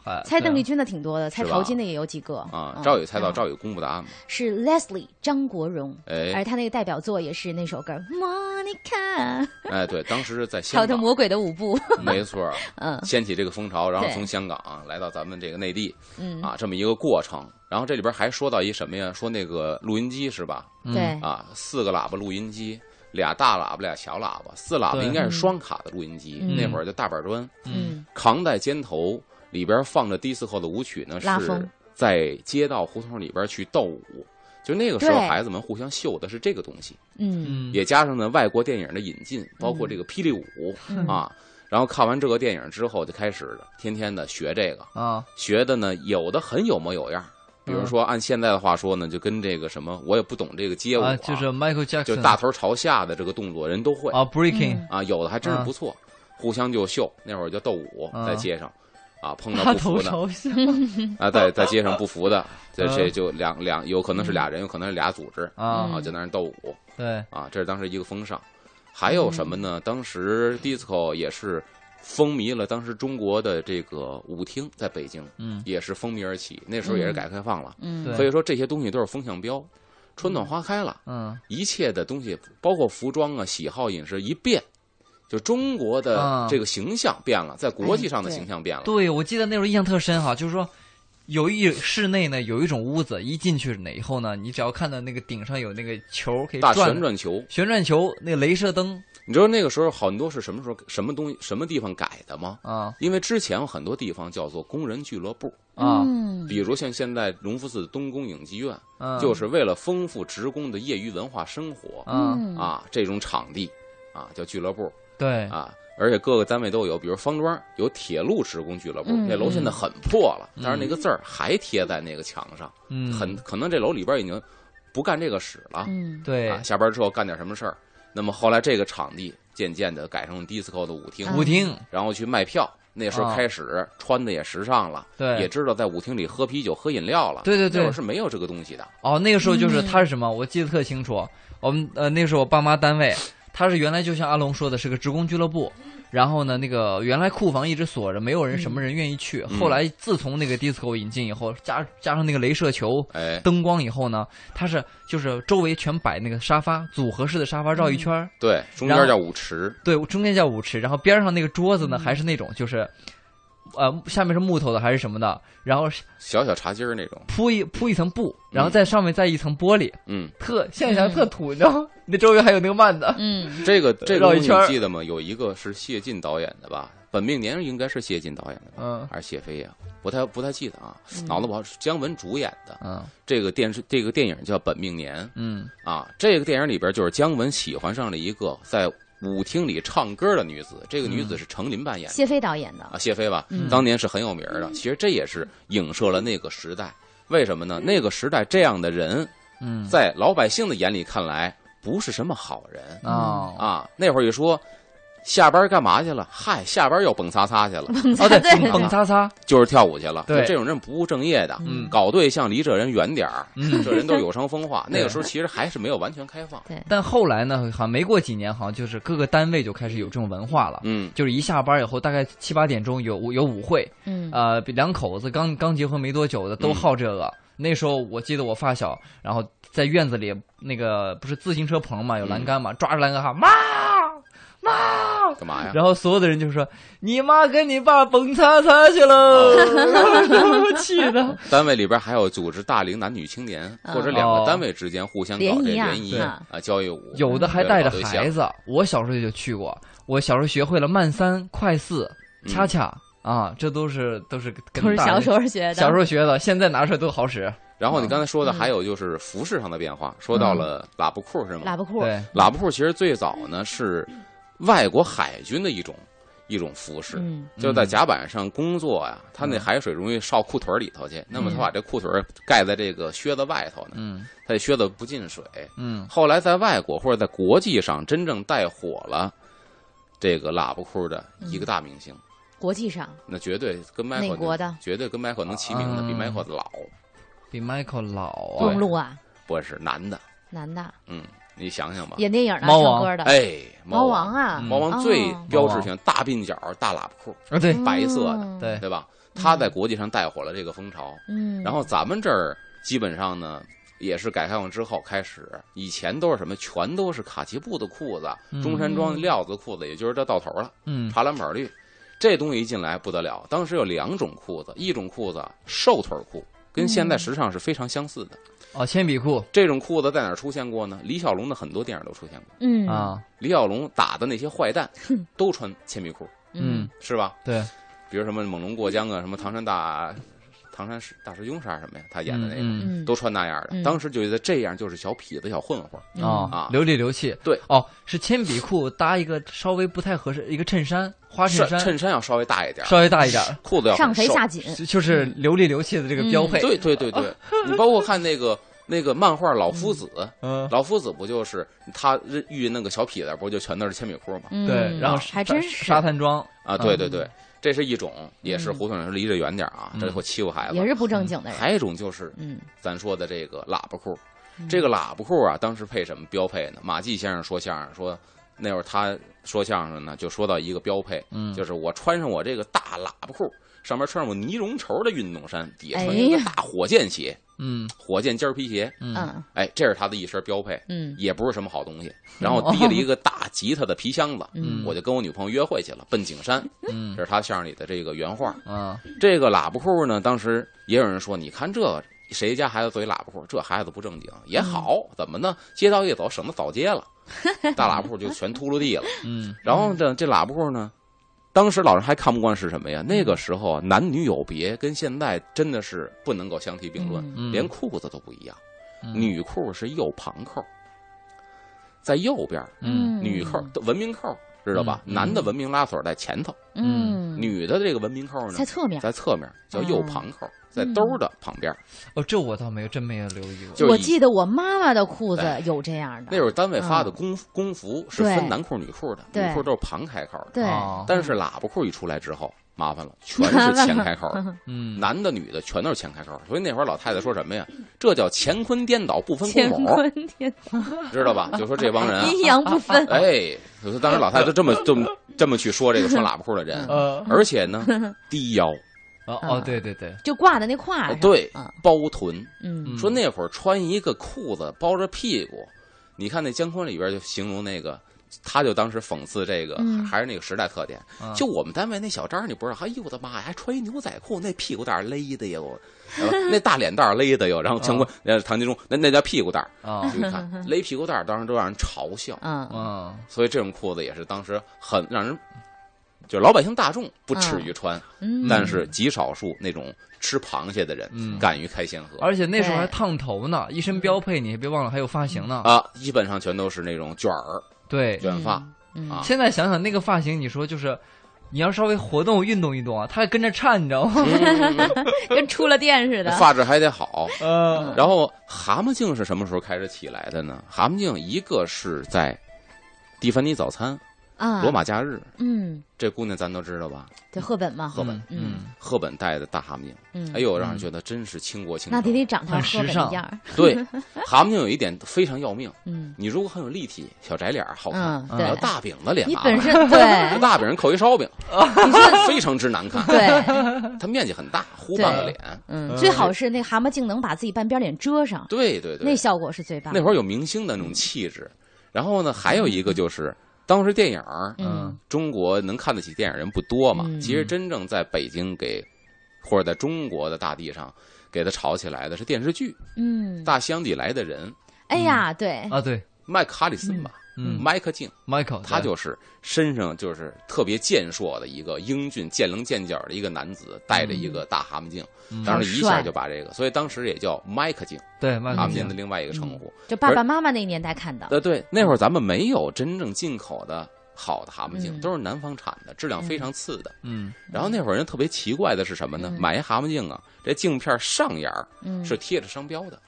Speaker 1: 哎
Speaker 2: 猜邓丽君的挺多的，猜
Speaker 3: 嗯是吧
Speaker 2: 陶晶的也有几个
Speaker 3: 啊，赵宇猜到，
Speaker 2: 然后
Speaker 3: 赵宇公布答案吧。
Speaker 2: 是 Leslie 张国荣，而
Speaker 3: 哎
Speaker 2: 他那个代表作也是那首歌《Monica》，
Speaker 3: 哎，对，当时是在
Speaker 2: 还有
Speaker 3: 香
Speaker 2: 他
Speaker 3: 港，
Speaker 2: 魔鬼的舞 步，
Speaker 3: 没错儿，
Speaker 2: 嗯
Speaker 3: 掀起这个风潮，然后
Speaker 2: 对
Speaker 3: 从香港啊来到咱们这个内地
Speaker 2: 嗯，
Speaker 3: 啊，这么一个过程。然后这里边还说到一什么呀？说那个录音机是吧？
Speaker 1: 嗯
Speaker 2: 对，
Speaker 3: 啊，四个喇叭录音机，俩大喇叭，俩小喇叭，四喇叭
Speaker 1: 对
Speaker 3: 应该是双卡的录音机，
Speaker 2: 嗯
Speaker 3: 那会儿就大板砖。
Speaker 1: 嗯，
Speaker 2: 嗯，
Speaker 3: 扛在肩头，里边放着迪斯科的舞曲呢，
Speaker 2: 拉风
Speaker 3: 是在街道胡同里边去斗舞。就那个时候，
Speaker 2: 对
Speaker 3: 孩子们互相秀的是这个东西，
Speaker 2: 嗯
Speaker 1: 嗯，
Speaker 3: 也加上呢外国电影的引进，包括这个霹雳舞、啊。然后看完这个电影之后，就开始天天的学这个，
Speaker 1: 啊，
Speaker 3: 学的呢有的很有模有样儿。比
Speaker 1: 嗯
Speaker 3: 如说，按现在的话说呢，就跟这个什么，我也不懂这个街舞
Speaker 1: 啊，就是 Michael Jackson，
Speaker 3: 就大头朝下的这个动作，人都会
Speaker 1: 啊 Breaking，
Speaker 2: 嗯
Speaker 3: 啊，有的还真是不错，互相就秀。那会儿就斗舞，
Speaker 1: 啊
Speaker 3: 在街上，啊，碰到
Speaker 1: 大
Speaker 3: 不
Speaker 1: 头
Speaker 3: 服的
Speaker 1: 朝下，
Speaker 2: 嗯
Speaker 3: 啊， 在在街上不服的，这
Speaker 1: 啊
Speaker 3: 这就两两，有可能是
Speaker 1: 嗯
Speaker 3: 俩人，有可能是俩组织
Speaker 1: 啊
Speaker 3: 啊，就在那儿斗舞
Speaker 1: 对，
Speaker 3: 啊，这是当时一个风尚。还有什么呢？当时 disco 也是风靡了，当时中国的这个舞厅在北京
Speaker 1: 嗯，
Speaker 3: 也是风靡而起，那时候也
Speaker 2: 嗯
Speaker 3: 是改革开放了，
Speaker 2: 嗯
Speaker 1: 对
Speaker 3: 所以说这些东西都是风向标，春暖花开了。
Speaker 1: 嗯，
Speaker 3: 一切的东西，包括服装啊、喜好、饮食一变，就中国的
Speaker 1: 啊
Speaker 3: 这个形象变了，在国际上的
Speaker 2: 哎对
Speaker 3: 形象变了。
Speaker 1: 对，我记得那时候印象特深哈，就是说。有一室内呢，有一种屋子，一进去呢以后呢，你只要看到那个顶上有那个球可以
Speaker 3: 大
Speaker 1: 转
Speaker 3: 旋转球，
Speaker 1: 旋转球，那个镭射灯
Speaker 3: 你知道那个时候很多是什么时候、什么东西、什么地方改的吗？
Speaker 1: 啊
Speaker 3: 因为之前有很多地方叫做工人俱乐部，
Speaker 1: 啊，
Speaker 2: 嗯
Speaker 3: 比如像现在隆福寺东宫影剧院，
Speaker 1: 嗯
Speaker 3: 就是为了丰富职工的业余文化生活
Speaker 2: 嗯
Speaker 1: 啊，
Speaker 3: 啊，这种场地啊叫俱乐部
Speaker 1: 对，
Speaker 3: 啊，而且各个单位都有，比如方庄有铁路职工俱乐部，
Speaker 2: 嗯
Speaker 3: 那楼现在很破了，但是那个字儿还贴在那个墙上。
Speaker 1: 嗯，
Speaker 3: 很可能这楼里边已经不干这个使了、
Speaker 2: 嗯
Speaker 1: 对，
Speaker 3: 啊，下班之后干点什么事儿。那么后来这个场地渐渐的改成 disco 的舞厅，
Speaker 1: 舞厅
Speaker 3: 然后去卖票。那时候
Speaker 1: 啊
Speaker 3: 开始穿的也时尚了，
Speaker 1: 对
Speaker 3: 也知道在舞厅里喝啤酒、喝饮料了。
Speaker 1: 对对对
Speaker 3: 那会儿是没有这个东西的。
Speaker 1: 哦，那个时候就是
Speaker 2: 嗯
Speaker 1: 他是什么？我记得特清楚。我们呃，那个时候我爸妈单位，他是原来就像阿龙说的，是个职工俱乐部。然后呢，那个原来库房一直锁着，没有人什么人愿意去。后来自从那个 disco 引进以后，加加上那个镭射球。
Speaker 3: 哎，
Speaker 1: 灯光以后呢，它是就是周围全摆那个沙发，组合式的沙发绕一圈儿，
Speaker 3: 对，中
Speaker 1: 然
Speaker 3: 间
Speaker 1: 后
Speaker 3: 叫舞池，
Speaker 1: 对，中间叫舞池，然后边上那个桌子呢，还是那种就是，呃，下面是木头的还是什么的，然后
Speaker 3: 小小茶几儿那种。
Speaker 1: 铺一铺一层布，然后在上面再一层玻璃，
Speaker 3: 嗯，
Speaker 1: 特现在想想特土，你知道吗？ 那周围还有那个幔子。
Speaker 2: 嗯
Speaker 3: 这个这个
Speaker 1: 绕
Speaker 3: 东
Speaker 1: 一
Speaker 3: 西
Speaker 1: 圈
Speaker 3: 你
Speaker 1: 儿
Speaker 3: 记得吗？有一个是谢晋导演的吧，本命年应该是谢晋导演的吧，
Speaker 1: 嗯
Speaker 3: 还是谢飞呀、不太不太记得啊，
Speaker 2: 嗯
Speaker 3: 脑子不好。是姜文主演的，
Speaker 1: 嗯
Speaker 3: 这个电视这个电影叫《本命年
Speaker 1: 嗯》
Speaker 3: 啊，这个电影里边就是姜文喜欢上了一个在舞厅里唱歌的女子，这个女子是程琳扮演的、
Speaker 2: 谢飞导演
Speaker 3: 啊，
Speaker 2: 的，
Speaker 3: 谢飞吧，当年是很有名的。其实这也是影射了那个时代，为什么呢？那个时代这样的人，
Speaker 1: 嗯
Speaker 3: 在老百姓的眼里看来不是什么好人
Speaker 1: 哦
Speaker 3: 啊。那会儿一说。下班干嘛去了？嗨，下班又蹦擦擦去了，啊
Speaker 1: 哦对，
Speaker 2: 对
Speaker 1: 蹦擦擦，
Speaker 3: 就是跳舞去了。
Speaker 1: 对
Speaker 3: 就这种人不务正业的，
Speaker 1: 嗯
Speaker 3: 搞对象离这人远点儿，
Speaker 1: 嗯
Speaker 3: 这人都有伤风 化。
Speaker 1: 对
Speaker 3: 那个时候其实还是没有完全开放。
Speaker 2: 对，
Speaker 1: 但后来呢，好像没过几年，好像就是各个单位就开始有这种文化了。
Speaker 3: 嗯，
Speaker 1: 就是一下班以后，大概七八点钟有有舞会，
Speaker 2: 嗯
Speaker 1: 呃，两口子刚刚结婚没多久的都
Speaker 3: 嗯
Speaker 1: 好这个。那时候我记得我发小，然后在院子里那个不是自行车棚嘛，有栏杆嘛，抓着栏杆喊妈妈，
Speaker 3: 嗯干嘛呀？
Speaker 1: 然后所有的人就说你妈跟你爸蹦擦擦去喽， 气的，
Speaker 3: 单位里边还有组织大龄男女青年，
Speaker 2: 嗯
Speaker 3: 或者两个单位之间互相搞这
Speaker 2: 联谊啊
Speaker 3: 联谊
Speaker 2: 对
Speaker 3: 啊，交谊舞，
Speaker 1: 哦有的还带着
Speaker 3: 搞对象嗯
Speaker 1: 孩子。我小时候就去过，我小时候学会了慢三、快四、恰恰啊，这都是都是跟
Speaker 2: 都是
Speaker 1: 大
Speaker 2: 小
Speaker 1: 人
Speaker 2: 时候学的。
Speaker 1: 小时候学的，现在拿出来都好使。
Speaker 3: 然后你刚才说的
Speaker 2: 嗯
Speaker 3: 还有就是服饰上的变化，说到
Speaker 1: 嗯
Speaker 3: 了喇叭裤是吗？
Speaker 2: 喇叭裤，
Speaker 1: 对，
Speaker 3: 喇叭裤其实最早呢是外国海军的一种一种服饰，
Speaker 2: 嗯
Speaker 3: 就是在甲板上工作呀、他那海水容易烧裤腿儿里头去，那么他把这裤腿儿盖在这个靴子外头呢，
Speaker 1: 嗯
Speaker 3: 他这靴子不进水。
Speaker 1: 嗯
Speaker 3: 后来在外国或者在国际上真正带火了这个喇叭裤的一个大明星，
Speaker 2: 国际上
Speaker 3: 那绝对跟
Speaker 2: 哪
Speaker 3: Michael
Speaker 2: 国
Speaker 3: 能
Speaker 2: 的
Speaker 3: 绝对跟 Michael 能齐名的，比
Speaker 1: 嗯
Speaker 3: Michael 老，
Speaker 1: 比 Michael 老
Speaker 2: 用
Speaker 1: 啊。
Speaker 2: 路啊，
Speaker 3: 不是男的，
Speaker 2: 男的
Speaker 3: 嗯，你想想吧，
Speaker 2: 演电影的，
Speaker 1: 猫
Speaker 2: 唱
Speaker 1: 王
Speaker 2: 歌的，
Speaker 3: 哎，
Speaker 2: 猫
Speaker 3: 王
Speaker 2: 王。啊，
Speaker 1: 嗯
Speaker 3: 猫王最
Speaker 2: 哦
Speaker 3: 标志性大鬓角、大喇叭裤，
Speaker 1: 啊，对
Speaker 2: 嗯
Speaker 3: 白色的
Speaker 1: 对，嗯
Speaker 3: 对吧？他在国际上带火了这个风潮。
Speaker 2: 嗯，
Speaker 3: 然后咱们这儿基本上呢，也是改革开放之后开始，以前都是什么，全都是卡其布的裤子、
Speaker 1: 嗯
Speaker 3: 中山装的料子裤子，也就是这到头了，
Speaker 1: 嗯
Speaker 3: 茶蓝板绿。这东西一进来不得了，当时有两种裤子，一种裤子瘦腿裤，跟现
Speaker 1: 嗯
Speaker 3: 在时尚是非常相似的。
Speaker 1: 哦，铅笔裤
Speaker 3: 这种裤子在哪儿出现过呢？李小龙的很多电影都出现过，
Speaker 2: 嗯
Speaker 1: 啊，
Speaker 3: 李小龙打的那些坏蛋都穿铅笔裤，
Speaker 1: 嗯，
Speaker 3: 是吧？
Speaker 1: 对，
Speaker 3: 比如什么猛龙过江啊，什么唐山大唐山师大师兄是还是什么呀？他演的那个、
Speaker 1: 嗯
Speaker 2: 嗯
Speaker 3: 都穿那样的，
Speaker 2: 嗯
Speaker 3: 当时就觉得这样就是小痞子、小混混儿。
Speaker 2: 嗯
Speaker 1: 啊
Speaker 3: 啊，
Speaker 1: 流里流气。
Speaker 3: 对，
Speaker 1: 哦，是铅笔裤搭一个稍微不太合适，一个衬衫，花衬
Speaker 3: 衬
Speaker 1: 衫
Speaker 3: 衬衫要稍微大一点儿，
Speaker 1: 稍微大一点儿，
Speaker 3: 裤子要很
Speaker 2: 上肥
Speaker 3: 瘦
Speaker 2: 下紧，
Speaker 1: 就就是流里流气的这个标配。
Speaker 3: 对对对 对，你包括看那个那个漫画《老夫子》，
Speaker 1: 嗯，
Speaker 3: 老夫子不就是他遇那个小痞子，不就全都是铅笔裤吗？
Speaker 2: 嗯
Speaker 1: 对，然后
Speaker 2: 还真是
Speaker 1: 沙滩装，嗯
Speaker 3: 啊，对对对，这是一种，也是胡同人离着远点儿啊，
Speaker 1: 嗯
Speaker 3: 这会欺负孩子
Speaker 2: 也。是不正经的人，
Speaker 3: 嗯还有一种就是
Speaker 2: 嗯
Speaker 3: 咱说的这个喇叭裤，这个喇叭裤啊，当时配什么标配呢？马季先生说相声说，那会儿他说相声呢，就说到一个标配，
Speaker 1: 嗯
Speaker 3: 就是我穿上我这个大喇叭裤，上面穿上我呢绒绸的运动衫，底下穿
Speaker 2: 哎
Speaker 3: 一个大火箭鞋，
Speaker 1: 嗯
Speaker 3: 火箭尖儿皮鞋，
Speaker 1: 嗯
Speaker 2: 嗯
Speaker 3: 哎，这是他的一身标配，
Speaker 2: 嗯
Speaker 3: 也不是什么好东西。然后提了一个大吉他的皮箱子，
Speaker 2: 嗯
Speaker 3: 我就跟我女朋友约会去了，奔景山，
Speaker 1: 嗯
Speaker 3: 这是他相声里的这个原话。
Speaker 1: 啊，
Speaker 3: 这个喇叭裤呢，当时也有人说，你看这个谁家孩子做一喇叭裤，这孩子不正经也好，
Speaker 1: 嗯
Speaker 3: 怎么呢？街道一走，省得扫街 了，大喇叭裤就全秃噜地了。
Speaker 1: 嗯
Speaker 3: 然后这这喇叭裤呢，当时老人还看不惯是什么
Speaker 1: 嗯
Speaker 3: 呀？那个时候啊男女有别，跟现在真的是不能够相提并论，
Speaker 2: 嗯
Speaker 1: 嗯，
Speaker 3: 连裤子都不一样。
Speaker 1: 嗯
Speaker 3: 女裤是右旁扣，在右边，
Speaker 1: 嗯
Speaker 3: 女扣文明扣知道吧？
Speaker 1: 嗯嗯
Speaker 3: 男的文明拉锁在前头，
Speaker 2: 嗯
Speaker 3: 女的这个文明扣呢
Speaker 2: 在侧面，
Speaker 3: 在侧面叫右旁扣，在
Speaker 2: 嗯
Speaker 3: 兜儿的旁边。
Speaker 1: 哦，这我倒没有真没有留意过。
Speaker 3: 就是
Speaker 2: 我
Speaker 3: 以
Speaker 2: 记得我妈妈的裤子
Speaker 3: 哎
Speaker 2: 有这样的，
Speaker 3: 那会儿单位发的工工服
Speaker 2: 嗯
Speaker 3: 是
Speaker 2: 对
Speaker 3: 分男裤女裤的，
Speaker 2: 对
Speaker 3: 女裤都是旁开口的，
Speaker 2: 对，嗯
Speaker 1: 哦
Speaker 3: 啊但是喇叭裤一出来之后，麻烦了， 全是前开口的，
Speaker 1: 嗯，
Speaker 3: 男的女的全都是前开口。所以那会儿老太太说什么呀？这叫乾坤颠倒，不分
Speaker 2: 嗯乾
Speaker 3: 公母，
Speaker 2: 坤 天，
Speaker 3: 知道吧？就说这帮人 啊，
Speaker 2: 阴阳不 分，
Speaker 3: 哎，所以说当时老太太都这么这么这么去说这个穿喇叭裤的人，
Speaker 2: 嗯
Speaker 1: 呃，
Speaker 3: 而且呢， 低腰、
Speaker 1: 哦哦，对对对，
Speaker 2: 就挂在那胯上，
Speaker 3: 对
Speaker 2: 啊
Speaker 3: 包臀，
Speaker 2: 嗯
Speaker 1: 嗯
Speaker 3: 说那会儿穿一个裤子包着屁股，你看那姜昆里边就形容那个，他就当时讽刺这个，
Speaker 2: 嗯
Speaker 3: 还是那个时代特点。
Speaker 1: 啊
Speaker 3: 就我们单位那小张，你不知道，哎呦我的妈呀，还穿一牛仔裤，那屁股蛋儿勒的哟， 呃那大脸蛋儿勒的哟。然后姜昆，呃，唐金忠，那那叫屁股蛋儿，
Speaker 1: 啊
Speaker 3: 你看勒屁股蛋儿，当时都让人嘲笑。
Speaker 2: 嗯
Speaker 1: 嗯
Speaker 3: 所以这种裤子也是当时很让人，就是老百姓大众不耻于穿，
Speaker 2: 嗯，
Speaker 3: 但是极少数那种吃螃蟹的人、
Speaker 1: 嗯
Speaker 3: 敢于开先河。
Speaker 1: 而且那时候还烫头呢，一身标配，你还别忘了还有发型呢。
Speaker 3: 啊，基本上全都是那种 卷儿
Speaker 1: 对，
Speaker 3: 卷发。
Speaker 2: 嗯
Speaker 3: 啊
Speaker 1: 现在想想那个发型，你说就是，你要稍微活动运动运动啊，它还跟着颤，你知道吗？
Speaker 2: 跟出了电似的，
Speaker 3: 嗯发质还得好。
Speaker 1: 呃，
Speaker 3: 然后蛤蟆镜是什么时候开始起来的呢？蛤蟆镜一个是在蒂凡尼早餐、
Speaker 2: 啊，
Speaker 3: 罗马假日，
Speaker 2: 嗯，
Speaker 3: 这姑娘咱都知道吧？
Speaker 2: 对，赫本嘛，
Speaker 3: 赫本
Speaker 1: 嗯，
Speaker 3: 赫本戴的大蛤蟆镜，
Speaker 2: 嗯，
Speaker 3: 哎呦，让人觉得真是倾国倾
Speaker 2: 那
Speaker 3: 城。
Speaker 2: 得得长成
Speaker 1: 很
Speaker 2: 赫
Speaker 1: 时
Speaker 2: 本
Speaker 1: 尚
Speaker 2: 一样儿，
Speaker 3: 对，蛤蟆镜有一点非常要命，
Speaker 2: 嗯
Speaker 3: 你如果很有立体，小窄脸儿好看，
Speaker 2: 嗯，
Speaker 1: 嗯
Speaker 3: 然后
Speaker 2: 对，
Speaker 3: 大饼子脸
Speaker 2: 你
Speaker 3: 麻
Speaker 2: 本身
Speaker 3: 烦。
Speaker 2: 对，
Speaker 3: 大饼人扣一烧饼，
Speaker 2: 你说
Speaker 3: 非常之难看。
Speaker 2: 对，
Speaker 3: 它面积很大，糊半个
Speaker 2: 对
Speaker 3: 脸。
Speaker 2: 嗯，最好是那蛤蟆镜能把自己半边脸遮上，
Speaker 3: 对对对，
Speaker 2: 那效果是最棒的。
Speaker 3: 那会儿有明星的
Speaker 2: 嗯
Speaker 3: 那种气质。然后呢，还有一个就是当时电影儿，
Speaker 2: 嗯
Speaker 3: 中国能看得起电影人不多嘛。
Speaker 2: 嗯
Speaker 3: 其实真正在北京给或者在中国的大地上给它炒起来的是电视剧《
Speaker 2: 嗯，
Speaker 3: 大西洋里来的人》，
Speaker 2: 哎呀，对，
Speaker 3: 嗯
Speaker 1: 啊对，
Speaker 3: 麦克哈里森吧，
Speaker 1: 嗯
Speaker 3: 迈克静，
Speaker 1: ，Michael，
Speaker 3: 他
Speaker 1: 对
Speaker 3: 就是身上就是特别健硕的一个英俊、健棱见角的一个男子，戴着一个大蛤蟆镜，当时一
Speaker 2: 嗯好帅
Speaker 3: 下就把这个，所以当时也叫迈克镜，
Speaker 1: 嗯对迈
Speaker 3: 蛤
Speaker 1: 克
Speaker 3: 蟆镜的
Speaker 1: 镜，
Speaker 3: 另外一个称呼。
Speaker 2: 就爸爸妈妈那年代看的，
Speaker 3: 呃，对，那会儿咱们没有真正进口的好的蛤蟆镜，
Speaker 2: 嗯
Speaker 3: 都是南方产的，质量非常次的。
Speaker 1: 嗯
Speaker 3: 然后那会儿人特别奇怪的是什么呢？
Speaker 2: 嗯
Speaker 3: 买一蛤蟆镜啊，这镜片上沿儿
Speaker 2: 嗯，
Speaker 3: 是贴着商标 的，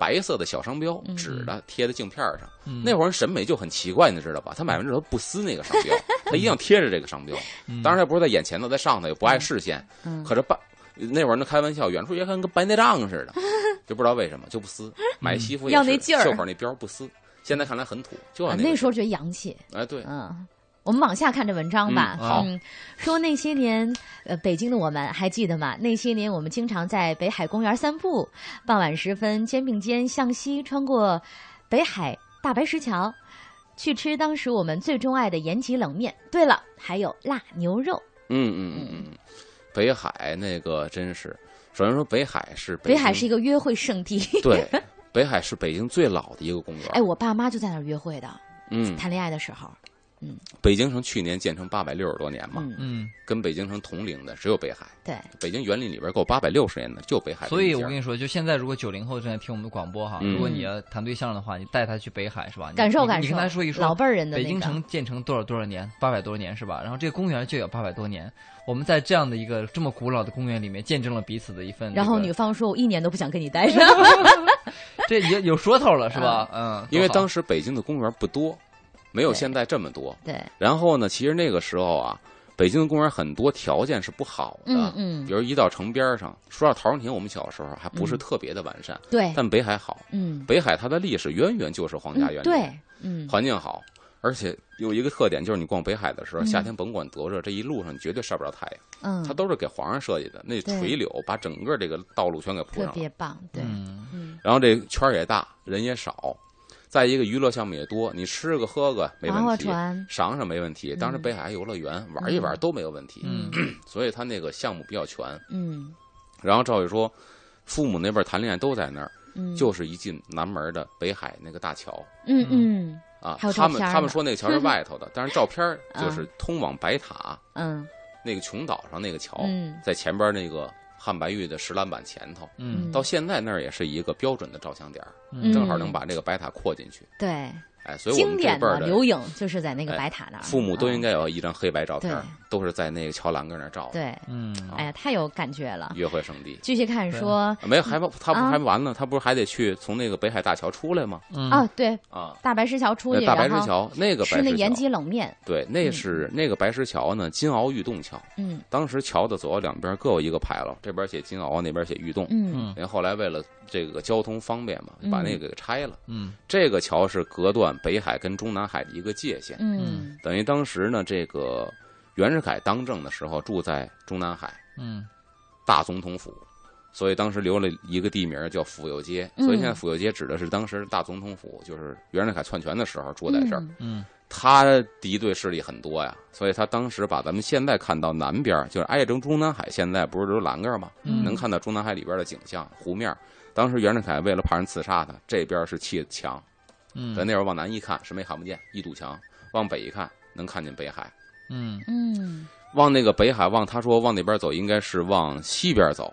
Speaker 3: 白色的小商标，
Speaker 2: 嗯
Speaker 3: 纸的贴在镜片上。
Speaker 1: 嗯，
Speaker 3: 那会儿人审美就很奇怪，你知道吧？他买完之后他不撕那个商 标，他一定要贴着这个商标。
Speaker 1: 嗯
Speaker 3: 当然，他不是在眼前的，在上头也不碍视线。
Speaker 2: 嗯
Speaker 3: 可是白那会儿那开玩笑，远处一看跟白内障似的，就不知道为什么就不 撕。买西服也
Speaker 2: 要
Speaker 3: 是
Speaker 2: 那劲儿
Speaker 3: 袖口那边儿不撕。现在看来很土，就要
Speaker 2: 啊
Speaker 3: 那
Speaker 2: 那
Speaker 3: 个
Speaker 2: 时候觉得洋气，
Speaker 3: 哎对，
Speaker 2: 嗯。我们往下看这文章吧。
Speaker 1: 嗯好
Speaker 2: 嗯，说那些年，呃，北京的我们还记得吗？那些年，我们经常在北海公园散步，傍晚时分，肩并肩向西，穿过北海大白石桥，去吃当时我们最钟爱的延吉冷面。对了，还有辣牛肉。
Speaker 3: 嗯嗯嗯嗯嗯，北海那个真是，首先说北海是
Speaker 2: 北
Speaker 3: 京
Speaker 2: 海是一个约会 圣地。
Speaker 3: 对，北海是北京最老的一个公园。
Speaker 2: 哎，我爸妈就在那儿约会的，
Speaker 3: 嗯，
Speaker 2: 谈恋爱的时候。
Speaker 3: 北京城去年建成八百六十多年嘛，
Speaker 2: 嗯，
Speaker 1: 嗯，
Speaker 3: 跟北京城同龄的只有北海。
Speaker 2: 对，
Speaker 3: 北京园林里边够八百六十年的，就北海这
Speaker 1: 所以
Speaker 3: 一家。
Speaker 1: 我跟你说，就现在如果九零后正在听我们的广播哈，
Speaker 3: 嗯
Speaker 1: 如果你要谈对象的话，你带他去北海是吧？你
Speaker 2: 感受
Speaker 1: 你
Speaker 2: 感
Speaker 1: 你
Speaker 2: 受。
Speaker 1: 跟他说一说，
Speaker 2: 老辈儿人的
Speaker 1: 北
Speaker 2: 那
Speaker 1: 京
Speaker 2: 个
Speaker 1: 城建成多少多少年，八百多年是吧？然后这个公园就有八百多年，我们在这样的一个这么古老的公园里面，见证了彼此的一份这个、
Speaker 2: 然后女方说：“我一年都不想跟 你待着。
Speaker 1: 这也有说头了是吧？嗯，
Speaker 3: 因为
Speaker 1: 多好
Speaker 3: 当时北京的公园不多，没有
Speaker 2: 对
Speaker 3: 现在这么多”。
Speaker 2: 对，
Speaker 3: 然后呢，其实那个时候啊，北京的公园很多条件是不好的。
Speaker 1: 啊
Speaker 2: 嗯嗯
Speaker 3: 比，如一到城边上，说到陶然亭，我们小时候还不是
Speaker 2: 嗯
Speaker 3: 特别的完善，
Speaker 2: 对，
Speaker 3: 但北海好。
Speaker 2: 嗯，
Speaker 3: 北海它的历史渊源就是皇家园
Speaker 2: 嗯
Speaker 3: 林，
Speaker 2: 对，嗯，
Speaker 3: 环境好，而且有一个特点就是你逛北海的时候，
Speaker 2: 嗯
Speaker 3: 夏天甭管多热，这一路上绝对晒不着太阳，
Speaker 2: 嗯
Speaker 3: 它，都是给皇上设计的，那
Speaker 2: 对
Speaker 3: 垂柳把整个这个道路全给铺
Speaker 2: 特
Speaker 3: 上了，
Speaker 2: 别棒，对，
Speaker 1: 嗯
Speaker 2: 嗯，
Speaker 3: 然后这圈儿也大，人也少，再一个娱乐项目也多，你吃个喝个没
Speaker 2: 划划
Speaker 3: 问题。
Speaker 2: 船，
Speaker 3: 赏赏没问题，当时
Speaker 2: 嗯
Speaker 3: 北海还游乐园、玩一玩都没有问题，
Speaker 1: 嗯
Speaker 3: 所以它那个项目比较全。
Speaker 2: 嗯
Speaker 3: 然后赵宇说，父母那边谈恋爱都在那儿，
Speaker 2: 嗯，
Speaker 3: 就是一进南门的北海那个大桥，
Speaker 2: 嗯嗯
Speaker 3: 啊，
Speaker 2: 还有
Speaker 3: 他
Speaker 2: 照
Speaker 3: 们
Speaker 2: 片儿
Speaker 3: 他
Speaker 2: 呢
Speaker 3: 们说那个桥是外头的，但是照 片儿
Speaker 2: 啊
Speaker 3: 就是通往白塔
Speaker 2: 嗯
Speaker 3: 那个琼岛上那个桥，
Speaker 2: 嗯
Speaker 3: 在前边那个汉白玉的石栏板前头，
Speaker 1: 嗯
Speaker 3: 到现在那儿也是一个标准的照相点儿，
Speaker 2: 嗯
Speaker 3: 正好能把这个白塔扩进去。
Speaker 2: 对，
Speaker 3: 哎，所以我
Speaker 2: 经
Speaker 3: 们这
Speaker 2: 典
Speaker 3: 辈儿
Speaker 2: 的
Speaker 3: 的
Speaker 2: 留影就是在那个
Speaker 3: 哎
Speaker 2: 白塔那儿，嗯
Speaker 3: 父母都应
Speaker 2: 该
Speaker 3: 该有一张黑白照片儿
Speaker 2: 对，
Speaker 3: 都是在那个桥栏杆那儿照的。
Speaker 2: 对，
Speaker 1: 嗯，
Speaker 3: 啊
Speaker 2: 哎呀，太有感觉了。
Speaker 3: 约会圣地。
Speaker 2: 继续看说
Speaker 3: 啊没有，还不他不
Speaker 2: 啊
Speaker 3: 还不完呢？他不是还得去从那个北海大桥出来吗？
Speaker 1: 嗯
Speaker 2: 啊，对，
Speaker 3: 啊，
Speaker 2: 大白石桥出去，
Speaker 3: 那大白
Speaker 2: 然
Speaker 3: 石
Speaker 2: 后
Speaker 3: 桥那个白
Speaker 2: 吃那嗯
Speaker 3: 石
Speaker 2: 延
Speaker 3: 桥
Speaker 2: 吉冷面，
Speaker 3: 对，那是那个白石桥呢，金鳌玉洞桥。
Speaker 2: 嗯
Speaker 3: 当时桥的左右两边各有一个牌楼，这边写金鳌，那边写玉洞。
Speaker 2: 嗯
Speaker 3: 然后后来为了这个交通方便嘛，把那个给拆了。
Speaker 1: 嗯
Speaker 3: 这个桥是隔断北海跟中南海的一个界限，
Speaker 2: 嗯
Speaker 3: 等于当时呢，这个袁世凯当政的时候住在中南海
Speaker 1: 嗯
Speaker 3: 大总统府，所以当时留了一个地名叫府右街。
Speaker 2: 嗯
Speaker 3: 所以现在府右街指的是当时大总统府，就是袁世凯篡权的时候住在这儿。
Speaker 2: 嗯
Speaker 1: 嗯
Speaker 3: 他敌对势力很多呀，所以他当时把咱们现在看到南边儿，就是挨着中南海，现在不是都是栏杆儿吗？
Speaker 1: 嗯
Speaker 3: 能看到中南海里边的景象，湖面儿。当时袁世凯为了怕人刺杀他，这边是砌墙，
Speaker 1: 嗯
Speaker 3: 在那边往南一看什么也看不见，一堵墙；往北一看能看见北海，
Speaker 1: 嗯
Speaker 2: 嗯
Speaker 3: 往那个北海，往他说往那边走，应该是往西边走。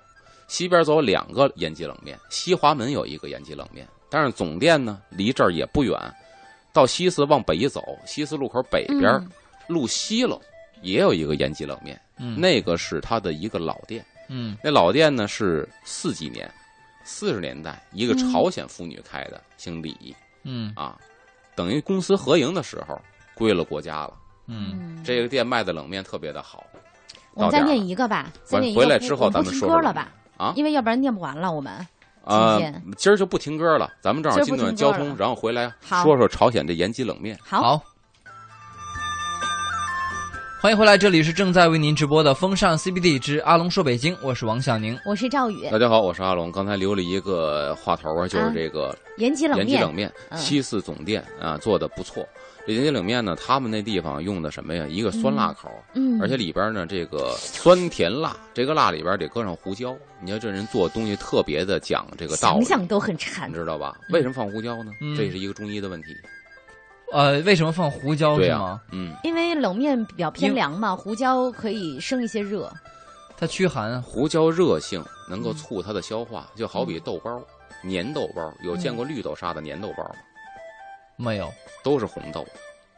Speaker 3: 西边走两个延吉冷面，西华门有一个延吉冷面，但是总店呢离这儿也不远。到西四往北一走，西四路口北边、
Speaker 2: 嗯
Speaker 3: 路西了也有一个延吉冷面，
Speaker 1: 嗯
Speaker 3: 那个是他的一个老店。
Speaker 1: 嗯
Speaker 3: 那老店呢是四几年，四十年代一个
Speaker 2: 嗯
Speaker 3: 朝鲜妇女开的，姓李
Speaker 1: 嗯
Speaker 3: 啊，等于公私合营的时候归了国家了。
Speaker 1: 嗯
Speaker 2: 嗯，
Speaker 3: 这个店卖的冷面特别的好
Speaker 2: 我们再
Speaker 3: 到点儿
Speaker 2: 念一个吧，再
Speaker 3: 完
Speaker 2: 念一个
Speaker 3: 回来
Speaker 2: 不
Speaker 3: 之
Speaker 2: 我
Speaker 3: 后
Speaker 2: 们
Speaker 3: 咱
Speaker 2: 不
Speaker 3: 们
Speaker 2: 听
Speaker 3: 说
Speaker 2: 歌
Speaker 3: 说
Speaker 2: 了
Speaker 3: 冷
Speaker 2: 吧，
Speaker 3: 啊
Speaker 2: 因为要不然念不完了，我们
Speaker 3: 啊、
Speaker 2: 再见
Speaker 3: 今儿就不听歌了，咱们正好
Speaker 2: 今儿不
Speaker 3: 进段
Speaker 2: 听歌了
Speaker 3: 交通，然后回来
Speaker 2: 好
Speaker 3: 说说朝鲜这延吉冷面。
Speaker 2: 好，
Speaker 1: 欢迎回来，这里是正在为您直播的风尚 CBD 之阿龙说北京，我是王小宁。
Speaker 2: 我是赵宇，
Speaker 3: 大家好，我是阿龙，刚才留了一个话头啊，就是
Speaker 2: 啊
Speaker 3: 这个
Speaker 2: 延吉冷
Speaker 3: 延吉
Speaker 2: 面，
Speaker 3: 冷面，
Speaker 2: 嗯
Speaker 3: 西四总店啊做的不错。这延吉冷面呢，他们那地方用的什么呀？一个酸辣口，
Speaker 2: 嗯，
Speaker 3: 而且里边呢这个酸甜辣，这个辣里边得搁上胡椒。你看这人做东西特别的讲这个道
Speaker 2: 想
Speaker 3: 理，
Speaker 2: 想都很馋嗯
Speaker 3: 你，知道吧？为什么放胡椒呢？
Speaker 1: 嗯
Speaker 3: 这是一个中医的问题。
Speaker 1: 呃，为什么放胡椒
Speaker 3: 对
Speaker 1: 是
Speaker 3: 呀、
Speaker 1: 吗？
Speaker 3: 嗯，
Speaker 2: 因为冷面比较偏
Speaker 1: 因
Speaker 2: 凉嘛，胡椒可以生一些热。
Speaker 1: 它驱寒。
Speaker 3: 胡椒热性能
Speaker 2: 嗯
Speaker 3: 够促它的消化，就好比豆包、粘豆包，
Speaker 2: 嗯
Speaker 3: 有见过绿豆沙的粘豆包吗？
Speaker 1: 没有，
Speaker 3: 都是红豆，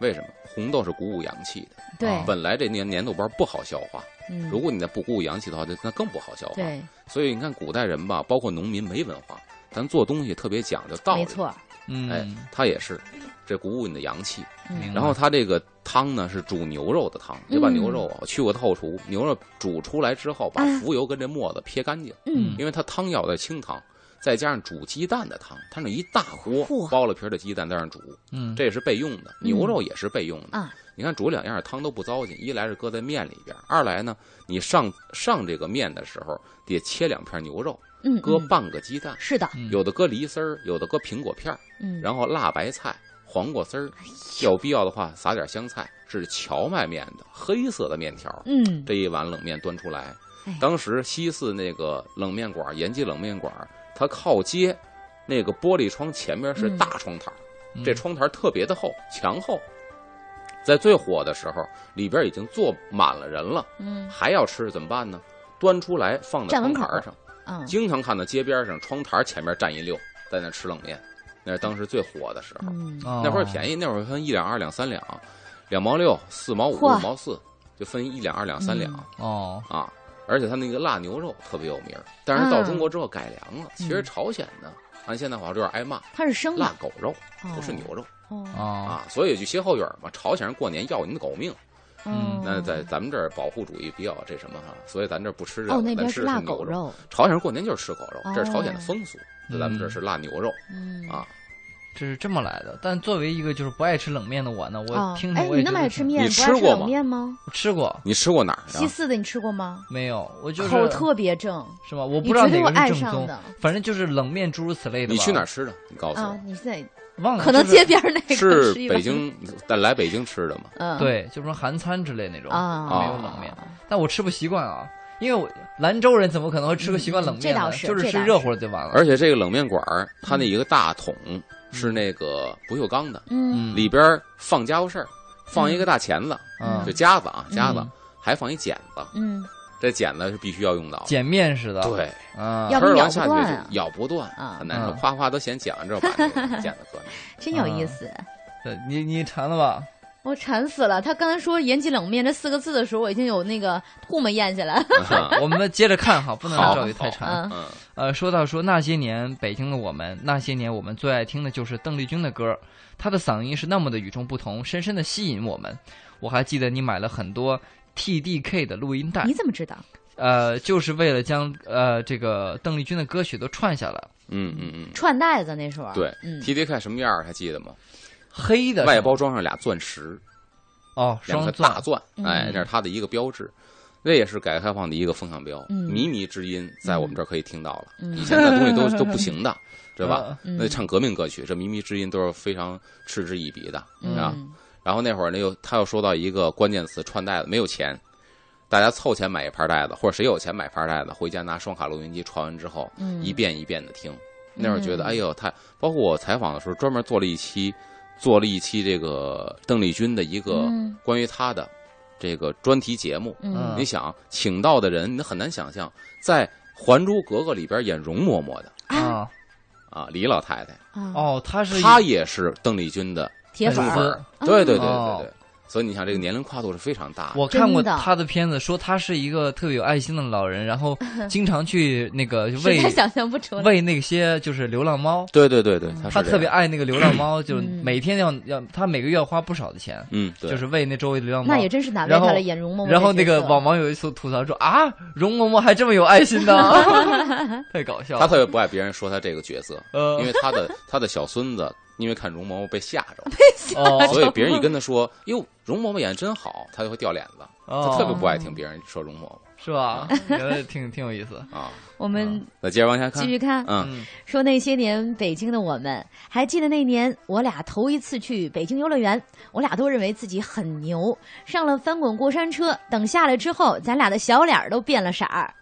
Speaker 3: 为什么？红豆是鼓舞阳气的，
Speaker 2: 对，
Speaker 1: 啊
Speaker 3: 本来这粘粘豆包不好消化，
Speaker 2: 嗯，
Speaker 3: 如果你再不鼓舞阳气的话，那那更不好消化。
Speaker 2: 对，
Speaker 3: 所以你看古代人吧，包括农民没文化，咱做东西特别讲究道理。
Speaker 2: 没错，
Speaker 1: 嗯，
Speaker 3: 哎，它也是，这鼓舞你的阳气。
Speaker 1: 明白
Speaker 2: 嗯
Speaker 3: 然后它这个汤呢是煮牛肉的汤，就把
Speaker 2: 嗯
Speaker 3: 牛肉啊去过后厨，牛肉煮出来之后，把
Speaker 2: 啊
Speaker 3: 浮油跟这沫子撇干净，
Speaker 2: 嗯
Speaker 3: 因为它汤要在清汤，再加上煮鸡蛋的汤，它是一大
Speaker 2: 嚯嗯
Speaker 3: 锅包了皮儿的鸡蛋在那儿煮，
Speaker 1: 嗯，
Speaker 3: 这也是备用的。牛肉也是备用的
Speaker 2: 啊。
Speaker 3: 你看煮两样汤都不糟践，一来是搁在面里边儿，二来呢，你上上这个面的时候得切两片牛肉，
Speaker 2: 嗯，
Speaker 3: 搁
Speaker 2: 嗯
Speaker 3: 半个鸡蛋，
Speaker 2: 是的，
Speaker 1: 嗯
Speaker 3: 有的搁梨丝儿，有的搁苹果片儿。
Speaker 2: 嗯，哎
Speaker 3: 然后辣白菜、黄瓜丝儿，有必要的话撒点香菜，是荞麦面的黑色的面条。
Speaker 2: 嗯，
Speaker 3: 这一碗冷面端出来
Speaker 2: 哎，
Speaker 3: 当时西四那个冷面馆儿，延吉冷面馆儿，它靠街，那个玻璃窗前面是
Speaker 2: 嗯
Speaker 3: 大窗台儿，
Speaker 1: 嗯
Speaker 3: 这窗台儿特别的厚，墙厚。在最火的时候，里边已经坐满了人了，
Speaker 2: 嗯
Speaker 3: 还要吃怎么办呢？端出来放在
Speaker 2: 站门
Speaker 3: 窗台
Speaker 2: 口
Speaker 3: 儿上。
Speaker 2: 嗯，
Speaker 3: 经常看到街边上窗台前面站一溜，在那吃冷面，那是当时最火的时候。
Speaker 2: 嗯，
Speaker 1: 哦
Speaker 3: 那会儿便宜，那会儿分一两、二两、三两，两毛六、四毛五、
Speaker 2: 嚯嗯
Speaker 3: 五毛四，就分一两、二两、三两、
Speaker 1: 哦，
Speaker 3: 啊。而且他那个辣牛肉特别有名儿，但是到中国之后改良了。
Speaker 2: 嗯
Speaker 3: 其实朝鲜呢，按现在话说有点挨骂，
Speaker 2: 它是生
Speaker 3: 辣
Speaker 2: 的，
Speaker 3: 狗肉
Speaker 2: 哦
Speaker 3: 不是牛肉、
Speaker 2: 哦，
Speaker 1: 哦，
Speaker 3: 啊，所以有句歇后语儿嘛，朝鲜人过年要您的狗命。
Speaker 2: 哦
Speaker 1: 嗯
Speaker 3: 那在咱们这儿保护主义比较这什么哈，所以咱这儿不吃这个，
Speaker 2: 哦那
Speaker 3: 咱
Speaker 2: 边
Speaker 3: 吃的
Speaker 2: 辣
Speaker 3: 是牛
Speaker 2: 狗肉，
Speaker 3: 朝鲜人过年就是吃狗肉
Speaker 2: 哦，
Speaker 3: 这是朝鲜的风俗。
Speaker 1: 嗯
Speaker 3: 在咱们这儿是辣牛肉
Speaker 2: 嗯
Speaker 3: 啊。
Speaker 1: 这是这么来的。但作为一个就是不爱吃冷面的我呢，我
Speaker 2: 哦
Speaker 1: 听
Speaker 2: 哎，
Speaker 1: 着我
Speaker 2: 你
Speaker 1: 也
Speaker 2: 那么
Speaker 1: 觉得
Speaker 2: 爱吃
Speaker 1: 是
Speaker 2: 面，
Speaker 3: 你
Speaker 2: 不
Speaker 3: 吃
Speaker 2: 爱吃
Speaker 3: 过
Speaker 2: 冷
Speaker 3: 吗
Speaker 2: 面吗？
Speaker 1: 吃过
Speaker 3: 你吃过哪儿
Speaker 2: 西
Speaker 3: 啊？
Speaker 2: 四的你吃过吗？
Speaker 1: 没有？我就是
Speaker 2: 口特别正，
Speaker 1: 是吧？我
Speaker 2: 你
Speaker 1: 不知道
Speaker 2: 绝对
Speaker 1: 哪
Speaker 2: 会
Speaker 1: 个
Speaker 2: 爱
Speaker 1: 是正
Speaker 2: 上
Speaker 1: 宗，
Speaker 2: 的
Speaker 1: 反正就是冷面诸如此类的吧。
Speaker 3: 你去哪儿吃的？你告诉
Speaker 2: 啊
Speaker 3: 我！，
Speaker 2: 你在
Speaker 1: 忘了，
Speaker 2: 可能
Speaker 1: 嗯就是
Speaker 2: 街边儿那个
Speaker 3: 是
Speaker 2: 一碗
Speaker 3: 北，京，但来北京吃的吗？
Speaker 2: 嗯，
Speaker 1: 对，就是说韩餐之类那种
Speaker 2: 啊，
Speaker 1: 没有冷面，但我吃不习惯啊，因为我兰州人怎么可能会吃个习惯冷面
Speaker 2: 嗯这倒
Speaker 1: 呢？
Speaker 2: 是
Speaker 1: 就是
Speaker 2: 这
Speaker 1: 吃
Speaker 2: 倒
Speaker 1: 热
Speaker 2: 是
Speaker 1: 乎的就完了。
Speaker 3: 而且这个冷面馆儿，它那一个大桶是那个不锈钢的，
Speaker 2: 嗯
Speaker 1: 嗯，
Speaker 3: 里边儿放家伙事儿，放一个大钳子，
Speaker 1: 嗯
Speaker 3: 就夹子啊，
Speaker 2: 嗯
Speaker 3: 夹子
Speaker 1: 嗯，
Speaker 3: 还放一剪子，
Speaker 2: 嗯
Speaker 3: 这剪子是必须要用到的。
Speaker 1: 碱面似的，
Speaker 3: 对，
Speaker 1: 啊，
Speaker 2: 要不
Speaker 3: 吃
Speaker 2: 咬
Speaker 3: 完
Speaker 2: 不
Speaker 3: 下去
Speaker 2: 断啊
Speaker 3: 就咬不断，
Speaker 2: 啊
Speaker 3: 很难受
Speaker 1: 嗯。
Speaker 3: 夸夸都嫌剪完之后把那个剪子搁那儿。
Speaker 2: 真有意思。
Speaker 1: 对你你馋了 吧？
Speaker 2: 我馋死了！他刚才说“延吉冷面”这四个字的时候，我已经有那个吐沫咽下来了。
Speaker 1: 我们接着看哈，不能让
Speaker 3: 嗯好
Speaker 1: 赵宇太馋。
Speaker 2: 嗯
Speaker 3: 嗯，
Speaker 1: 呃，说到说那些年北京的我们，那些年我们最爱听的就是邓丽君的歌，她的嗓音是那么的与众不同，深深的吸引我们。我还记得你买了很多 TDK 的录音带
Speaker 2: 你，怎么知道？
Speaker 1: 呃，就是为了将呃这个邓丽君的歌曲都串下来，
Speaker 3: 嗯嗯嗯，
Speaker 2: 串带子那时候，
Speaker 3: 对
Speaker 2: 嗯，
Speaker 3: ，TDK 什么样儿还记得吗？
Speaker 1: 黑的是
Speaker 3: 外
Speaker 1: 吗
Speaker 3: 包装上俩钻石，
Speaker 1: 哦，
Speaker 3: 两
Speaker 1: 双
Speaker 3: 个
Speaker 1: 钻
Speaker 3: 大钻，
Speaker 2: 嗯
Speaker 3: 哎，那是它的一个标志，那也是改革开放的一个风向标。
Speaker 2: 嗯
Speaker 3: 靡靡之音在我们这儿可以听到了，
Speaker 2: 嗯
Speaker 3: 以前那东西都都不行的，对吧？？
Speaker 1: 呃
Speaker 2: 嗯
Speaker 3: 那唱革命歌曲，这靡靡之音都是非常嗤之以鼻的啊。
Speaker 2: 嗯
Speaker 3: 然后那会儿呢，又他又说到一个关键词，串带子没有钱，大家凑钱买一盘带子，或者谁有钱买盘带子，回家拿双卡录音机传完之后，
Speaker 2: 嗯
Speaker 3: 一遍一遍的听。那会儿觉得，
Speaker 2: 嗯
Speaker 3: 哎呦，太包括我采访的时候，专门做了一期，做了一期这个邓丽君的一个
Speaker 2: 嗯
Speaker 3: 关于她的这个专题节目。
Speaker 1: 嗯
Speaker 2: 嗯
Speaker 3: 你想，请到的人，你很难想象，在《还珠格格》里边演容嬷嬷的
Speaker 2: 啊
Speaker 1: 啊，
Speaker 3: 啊，李老太太，
Speaker 2: 啊，
Speaker 1: 哦，他是
Speaker 3: 她也是邓丽君的
Speaker 2: 铁粉
Speaker 1: 粉啊
Speaker 2: 儿
Speaker 1: 丝
Speaker 3: 儿。对对对对对对。所以你想，这个年龄跨度是非常大的。
Speaker 1: 我看过
Speaker 2: 真的
Speaker 1: 他的片子，说他是一个特别有爱心的老人，然 后经常去那个喂
Speaker 2: 啊实在想象不出来。
Speaker 1: 喂那些就是流浪猫，
Speaker 3: 对对对对，她是
Speaker 1: 他特
Speaker 3: 这
Speaker 1: 别
Speaker 3: 样
Speaker 1: 爱那个流浪 猫，就是
Speaker 2: 嗯
Speaker 1: 每天要要他每个月要花不少的钱，
Speaker 3: 嗯，对，
Speaker 1: 就是喂那周围的流浪猫
Speaker 2: 那。也真是难为
Speaker 1: 然后
Speaker 2: 他了，演容嬷嬷。
Speaker 1: 然后那个网，网友一吐吐槽说啊，容嬷嬷还这么有爱心呢， 太搞笑
Speaker 3: 她
Speaker 1: 了。
Speaker 3: 特别不爱别人说她这个角色，
Speaker 1: 呃
Speaker 3: 因为她的她的小孙子因为看容嬷嬷被吓着了。
Speaker 1: 哦
Speaker 3: 所以别人一跟他说“哟，容嬷嬷演得真好”，他就会掉脸子，他特别
Speaker 1: 哦，
Speaker 3: 不爱听别人说容嬷嬷
Speaker 1: 是 吧？觉得挺挺有意思。
Speaker 3: 啊。
Speaker 2: 我们
Speaker 3: 那接着往下
Speaker 2: 继
Speaker 3: 看，
Speaker 2: 续看，
Speaker 3: 嗯，
Speaker 1: 嗯，
Speaker 2: 说那些年北京的我们，还记得那年我俩头一次去北京游乐园，我俩都认为自己很牛，上了翻滚过山车，等下来之后，咱俩的小脸儿都变了色儿。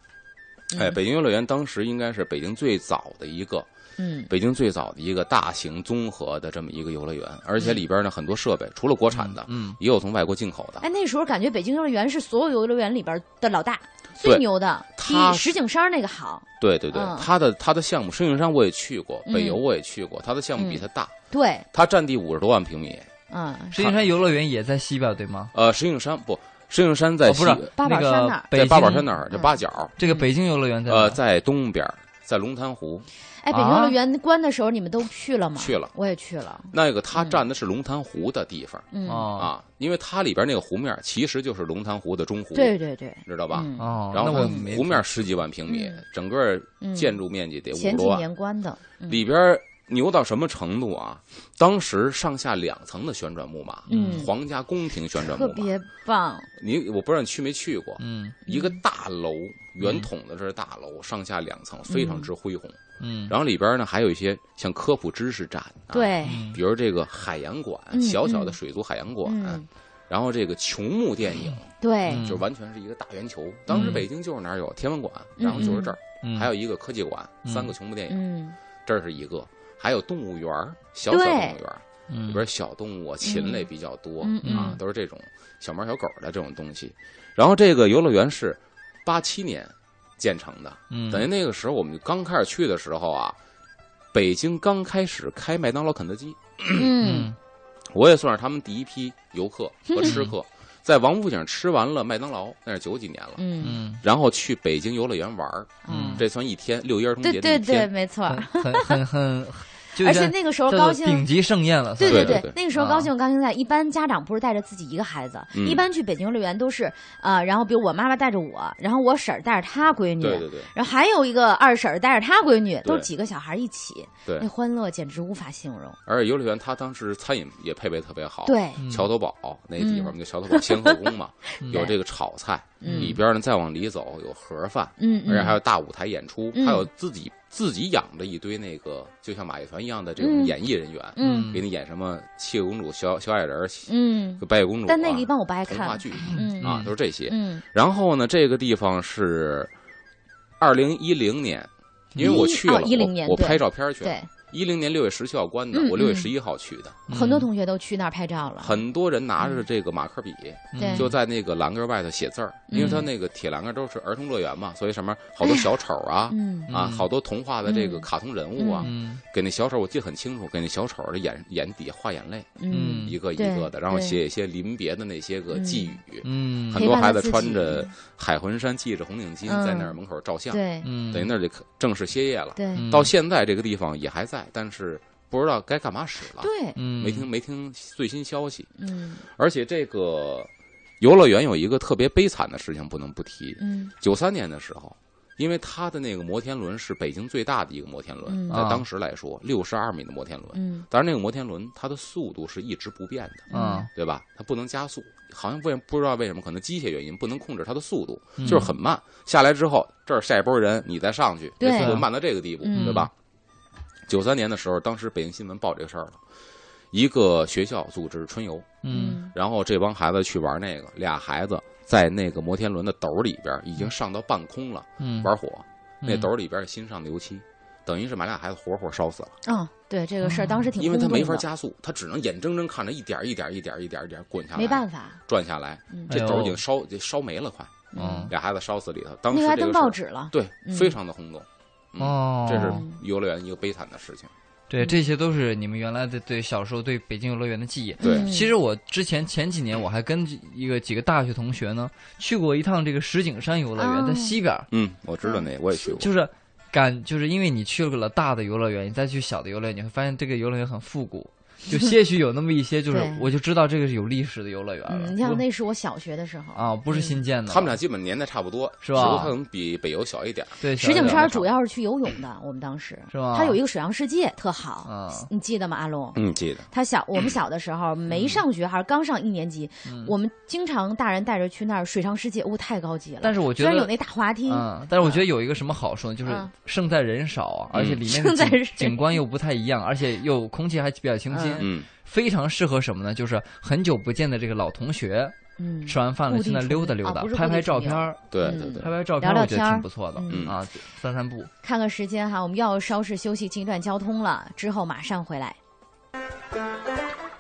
Speaker 1: 嗯
Speaker 3: 哎，北京游乐园当时应该是北京最早的一个
Speaker 2: 嗯
Speaker 3: 北京最早的一个大型综合的这么一个游乐园，而且里边呢很多设备，除了国产的，
Speaker 1: 嗯，
Speaker 3: 也有从外国进口的。
Speaker 2: 哎，那时候感觉北京幼儿园是所有游乐园里边的老大，
Speaker 3: 对
Speaker 2: 最牛的，比
Speaker 3: 它
Speaker 2: 石景山那个好。
Speaker 3: 对对对
Speaker 2: 嗯，
Speaker 3: 它的它的项目，石景山我也去过，
Speaker 2: 嗯
Speaker 3: 北邮我也去过，它的项目比它大，
Speaker 2: 对，
Speaker 3: 它占地五十多万平米。
Speaker 2: 嗯，
Speaker 1: 石景山游乐园也在西边对吗？
Speaker 3: 呃，石景山不，石景山在
Speaker 1: 哦，
Speaker 3: 西、
Speaker 1: 不是，
Speaker 2: 八宝
Speaker 1: 那
Speaker 2: 山那
Speaker 1: 个
Speaker 2: 儿
Speaker 1: 北
Speaker 3: 在
Speaker 1: 京啊
Speaker 3: 八宝山那儿，就
Speaker 2: 嗯
Speaker 3: 八角，
Speaker 1: 这个北京游乐园在哪
Speaker 3: 呃，
Speaker 1: 儿
Speaker 3: 在东边，在龙潭湖
Speaker 2: 哎，北京游乐园关的时候你们都去了吗？
Speaker 3: 啊去了，
Speaker 2: 我也去了。
Speaker 3: 那个，它占的是龙潭湖的地方、
Speaker 2: 嗯，
Speaker 1: 哦
Speaker 3: 啊，因为它里边那个湖面其实就是龙潭湖的中湖，
Speaker 2: 对对对，
Speaker 3: 知道吧？
Speaker 2: 嗯
Speaker 1: 哦，
Speaker 3: 啊然后
Speaker 1: 那我
Speaker 3: 它
Speaker 1: 没
Speaker 3: 湖面十几万平米，
Speaker 2: 嗯
Speaker 3: 整个
Speaker 2: 嗯
Speaker 3: 建筑面积得五啊十
Speaker 2: 前几
Speaker 3: 多万，
Speaker 2: 年关的，嗯
Speaker 3: 里边牛到什么程度啊？当时上下两层的旋转木马，
Speaker 2: 嗯
Speaker 3: 皇家宫廷旋转
Speaker 2: 特
Speaker 3: 木马，
Speaker 2: 别棒。
Speaker 3: 你我不知道你去没去过，
Speaker 1: 嗯
Speaker 3: 一个大楼圆筒的这是大
Speaker 2: 嗯
Speaker 3: 楼，上下两层，非常之恢宏。
Speaker 1: 嗯，
Speaker 3: 然后里边呢还有一些像科普知识展、啊，，
Speaker 2: 对，
Speaker 1: 嗯
Speaker 3: 比如这个海洋馆，
Speaker 2: 嗯
Speaker 3: 小小的水族海洋馆，
Speaker 2: 嗯，哎
Speaker 3: 然后这个穹幕电影，
Speaker 2: 对，
Speaker 1: 嗯
Speaker 3: 就完全是一个大圆球。当
Speaker 2: 嗯
Speaker 3: 时北京就是哪儿有天文馆，然后就是这儿，
Speaker 1: 嗯
Speaker 3: 还有一个科技馆，
Speaker 1: 嗯
Speaker 3: 三个穹幕电影，
Speaker 2: 嗯，
Speaker 3: 这是一个。还有动物园儿，小小
Speaker 2: 对
Speaker 3: 动物园儿里
Speaker 1: 嗯
Speaker 3: 边小动物啊、禽类比较多
Speaker 2: 嗯嗯
Speaker 3: 啊
Speaker 1: 嗯，
Speaker 3: 都是这种小猫小狗的这种东西。然后这个游乐园是八七年建成的，
Speaker 1: 嗯
Speaker 3: 等于那个时候我们刚开始去的时候啊，北京刚开始开麦当劳、肯德基，
Speaker 2: 嗯，
Speaker 1: 嗯
Speaker 3: 我也算是他们第一批游客和吃客。在王府井吃完了麦当劳，那是九几年了，
Speaker 2: 嗯，
Speaker 1: 嗯
Speaker 3: 然后去北京游乐园玩儿，
Speaker 1: 嗯
Speaker 3: 这算一天，六一儿童
Speaker 2: 对
Speaker 3: 节的
Speaker 2: 对
Speaker 3: 一
Speaker 2: 对，
Speaker 3: 天。
Speaker 2: 没错儿。
Speaker 1: 很很很很，就
Speaker 2: 而且
Speaker 1: 像
Speaker 2: 那个时候
Speaker 1: 叫
Speaker 2: 高
Speaker 1: 做顶
Speaker 2: 兴，
Speaker 1: 级盛宴了，
Speaker 2: 对
Speaker 1: 算是
Speaker 3: 对啊
Speaker 2: 对，那个时候高兴高兴在，一般家长不是带着自己一个孩子，
Speaker 3: 嗯
Speaker 2: 一般去北京幼儿园都是啊，然后比如我妈妈带着我，然后我婶儿带着她闺女，
Speaker 3: 对对对
Speaker 2: 然后还有一个二婶儿带着她闺女，都
Speaker 3: 对
Speaker 2: 是几个小孩一起，那
Speaker 3: 对，哦
Speaker 2: 欢乐简直无法形容。
Speaker 3: 而且游乐园它当时餐饮也配备特别好，，
Speaker 2: 对，
Speaker 1: 嗯
Speaker 3: 桥头堡那地方我们叫桥头堡先后宫 嘛，有这个炒菜，
Speaker 2: 嗯
Speaker 3: 里边呢再往里走有盒饭，
Speaker 2: 嗯，
Speaker 3: 而且还
Speaker 2: 有
Speaker 3: 有大舞台演出，
Speaker 2: 嗯
Speaker 3: 还有自己自己养着一堆那个就像马戏团一样的这种
Speaker 2: 嗯
Speaker 3: 演艺人员，
Speaker 2: 嗯
Speaker 3: 给你演什么七个公主、小小矮人儿、
Speaker 2: 嗯，
Speaker 3: 白雪公主啊，
Speaker 2: 但那个一般我不爱
Speaker 3: 童话
Speaker 2: 看，
Speaker 3: 剧
Speaker 2: 嗯
Speaker 3: 啊，都是这些。
Speaker 2: 嗯，
Speaker 3: 然后呢，这个地方是二零一零年，因为我去了，
Speaker 2: 哦10年
Speaker 3: 我我
Speaker 2: 对
Speaker 3: 拍照片去了。
Speaker 2: 对，
Speaker 3: 一零年六月十七号关的
Speaker 2: 嗯，
Speaker 3: 我六月
Speaker 2: 嗯
Speaker 3: 十一号去的。
Speaker 2: 很多同学都去那儿拍照了，
Speaker 3: 嗯很多人拿
Speaker 2: 嗯
Speaker 3: 着这个马克笔，
Speaker 1: 嗯
Speaker 2: 对
Speaker 3: 就在那个栏杆外头写字儿，
Speaker 2: 嗯
Speaker 3: 因为它那个铁栏杆都是儿童乐园嘛，所以上面好多小丑啊。
Speaker 2: 嗯
Speaker 3: 啊，
Speaker 1: 嗯
Speaker 3: 好多童话的这个卡通人物啊，
Speaker 1: 嗯
Speaker 3: 给那小丑我记得很清楚，给那小丑的眼眼底下画眼泪，
Speaker 2: 嗯，
Speaker 3: 一个一
Speaker 2: 对
Speaker 3: 个的，然后
Speaker 2: 对
Speaker 3: 写一些临别的那些个寄语，
Speaker 1: 嗯
Speaker 3: 很多
Speaker 2: 陪伴
Speaker 3: 孩
Speaker 2: 了
Speaker 3: 子
Speaker 2: 自己
Speaker 3: 穿着海魂衫，系着红领巾，
Speaker 2: 嗯
Speaker 3: 在那儿门口照相，
Speaker 2: 对
Speaker 1: 嗯，
Speaker 3: 等于那儿就可正式歇业了。
Speaker 2: 对
Speaker 1: 嗯
Speaker 3: 到现在这个地方也还在，但是不知道该干嘛使了，
Speaker 2: 对，
Speaker 1: 嗯
Speaker 3: 没听没听最新消息。
Speaker 2: 嗯
Speaker 3: 而且这个游乐园有一个特别悲惨的事情不能不提。
Speaker 2: 嗯
Speaker 3: 九三年的时候，因为它的那个摩天轮是北京最大的一个摩天轮，
Speaker 2: 嗯
Speaker 1: 啊
Speaker 3: 在当时来说，六十二米的摩天轮。
Speaker 2: 嗯
Speaker 3: 当然，那个摩天轮它的速度是一直不变的，
Speaker 1: 啊
Speaker 3: 对吧？它不能加速，好像为不知道为什么，可能机械原因不能控制它的速度，
Speaker 1: 嗯
Speaker 3: 就是很慢。下来之后，这儿下一波人，你再上去，
Speaker 2: 对
Speaker 3: 这速度慢到这个地步，
Speaker 2: 嗯
Speaker 3: 对吧？九三年的时候，当时北京新闻报这个事儿了，一个学校组织春游，
Speaker 1: 嗯
Speaker 2: 嗯，
Speaker 3: 然后这帮孩子去玩那个，俩孩子在那个摩天轮的斗里边已
Speaker 2: 嗯
Speaker 3: 经上到半空了，
Speaker 1: 嗯
Speaker 3: 玩火，那
Speaker 1: 嗯
Speaker 3: 斗里边新上的油漆，等于是把俩孩子活活烧死了，
Speaker 2: 哦，对这个事儿
Speaker 1: 嗯
Speaker 2: 当时挺
Speaker 3: 因为他
Speaker 2: 轰动
Speaker 3: 没法
Speaker 2: 的
Speaker 3: 加速，他只能眼睁睁看着一点儿一点儿一点儿一点儿一点儿滚下来，
Speaker 2: 没办法，
Speaker 3: 转下来，
Speaker 2: 嗯
Speaker 3: 这
Speaker 1: 哎呦
Speaker 3: 斗已经烧就烧没了，快，
Speaker 1: 嗯
Speaker 3: 俩孩子烧死里头，当
Speaker 2: 那
Speaker 3: 时
Speaker 2: 个还
Speaker 3: 这
Speaker 2: 登
Speaker 3: 个事
Speaker 2: 报
Speaker 3: 儿
Speaker 2: 纸了，
Speaker 3: 对
Speaker 2: 嗯
Speaker 3: 非常的轰动，嗯
Speaker 1: 哦，
Speaker 3: 这是游乐园一个悲惨的事情，
Speaker 1: 对，这些都是你们原来的对小时候对北京游乐园的记忆。
Speaker 3: 对
Speaker 2: 嗯
Speaker 1: 其实我之前前几年我还跟一个几个大学同学呢去过一趟这个石景山游乐园，
Speaker 2: 哦
Speaker 1: 在西边儿，
Speaker 3: 嗯，我知道那我也去过，
Speaker 1: 就是感就是因为你去了大的游乐园，你再去小的游乐园，你会发现这个游乐园很复古，就 些许有那么一些，就是
Speaker 2: 对
Speaker 1: 我就知道这个是有历史的游乐园了。
Speaker 2: 嗯，你像
Speaker 1: 我
Speaker 2: 那嗯是我小学的时候，
Speaker 1: 啊，不是新建的，
Speaker 3: 他们俩基本年代差不多，
Speaker 1: 是吧
Speaker 3: 只不过他可能比北游小一点儿，
Speaker 1: 对
Speaker 2: 石景
Speaker 1: 小
Speaker 2: 山
Speaker 1: 一点
Speaker 2: 主要是去游泳的，我们当时
Speaker 1: 是吗
Speaker 2: 它有一个水上世界特好，
Speaker 1: 啊，嗯
Speaker 2: 你记得吗，阿龙？
Speaker 3: 嗯，记得，
Speaker 2: 他小，我们小的时候没上学，还是刚上一年级，我们经常大人带着去那儿水上世界，哦，太高级了。
Speaker 1: 但是我觉
Speaker 2: 虽然有
Speaker 1: 得。
Speaker 2: 那大滑梯，
Speaker 1: 嗯，但是我觉得有一个什么好处呢，就是
Speaker 2: 嗯
Speaker 1: 胜在人少啊，而且里面
Speaker 2: 胜在
Speaker 1: 的景
Speaker 2: 人
Speaker 1: 景观又不太一样，而且又空气还比较清新，
Speaker 2: 嗯
Speaker 3: 嗯
Speaker 1: 非常适合什么呢？就是很久不见的这个老同学，
Speaker 2: 嗯，
Speaker 1: 吃完饭了
Speaker 2: 固
Speaker 1: 去
Speaker 2: 定
Speaker 1: 那
Speaker 2: 出
Speaker 1: 溜达
Speaker 2: 门
Speaker 1: 溜
Speaker 2: 啊
Speaker 1: 达
Speaker 2: 不是，
Speaker 1: 拍
Speaker 2: 固
Speaker 1: 拍
Speaker 2: 定
Speaker 1: 照
Speaker 2: 出游
Speaker 1: 片儿，
Speaker 3: 对
Speaker 2: 嗯
Speaker 3: 对对
Speaker 1: 拍，拍照
Speaker 2: 聊
Speaker 1: 片儿，
Speaker 2: 聊
Speaker 1: 我觉得
Speaker 2: 天
Speaker 1: 挺
Speaker 2: 儿
Speaker 1: 不错的
Speaker 3: 嗯
Speaker 1: 啊，散散步。
Speaker 2: 看看时间哈，我们要稍事休息，进一段交通了，之后马上回来。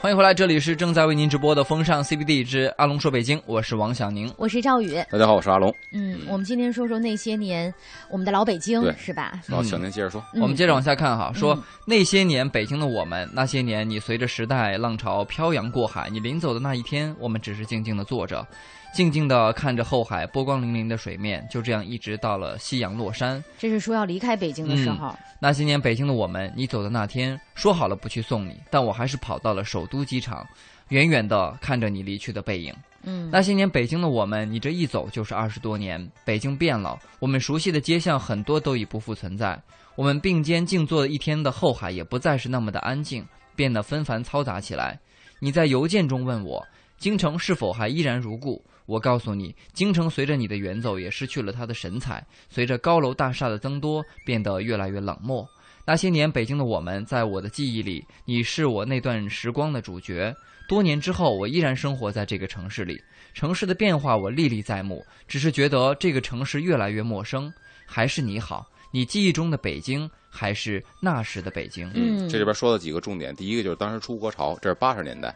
Speaker 1: 欢迎回来，这里是正在为您直播的风尚 CBD 之阿龙说北京，我是王小宁。
Speaker 2: 我是赵宇，
Speaker 3: 大家好，我是阿龙。
Speaker 2: 嗯，
Speaker 3: 嗯
Speaker 2: 我们今天说说那些年我们的老北京
Speaker 3: 对
Speaker 2: 是吧？
Speaker 3: 老请您接着说。
Speaker 2: 嗯
Speaker 1: 我们接着往下看哈，说
Speaker 2: 嗯
Speaker 1: 那些年北京的我们，那些年你随着时代浪潮漂洋过海，你临走的那一天，我们只是静静的坐着，静静的看着后海波光粼粼的水面，就这样一直到了夕阳落山。
Speaker 2: 这是说要离开北京的时候，
Speaker 1: 那些年北京的我们，你走的那天，说好了不去送你，但我还是跑到了首都机场，远远的看着你离去的背影。
Speaker 2: 嗯，
Speaker 1: 那些年北京的我们，你这一走就是二十多年。北京变了，我们熟悉的街巷很多都已不复存在。我们并肩静坐一天的后海也不再是那么的安静，变得纷繁嘈杂起来。你在邮件中问我，京城是否还依然如故？我告诉你，京城随着你的远走也失去了它的神采，随着高楼大厦的增多，变得越来越冷漠。那些年北京的我们，在我的记忆里，你是我那段时光的主角。多年之后，我依然生活在这个城市里，城市的变化我历历在目，只是觉得这个城市越来越陌生。还是你好，你记忆中的北京，还是那时的北京？
Speaker 2: 嗯
Speaker 3: 这里边说了几个重点，第一个就是当时出国潮，这是八十年代。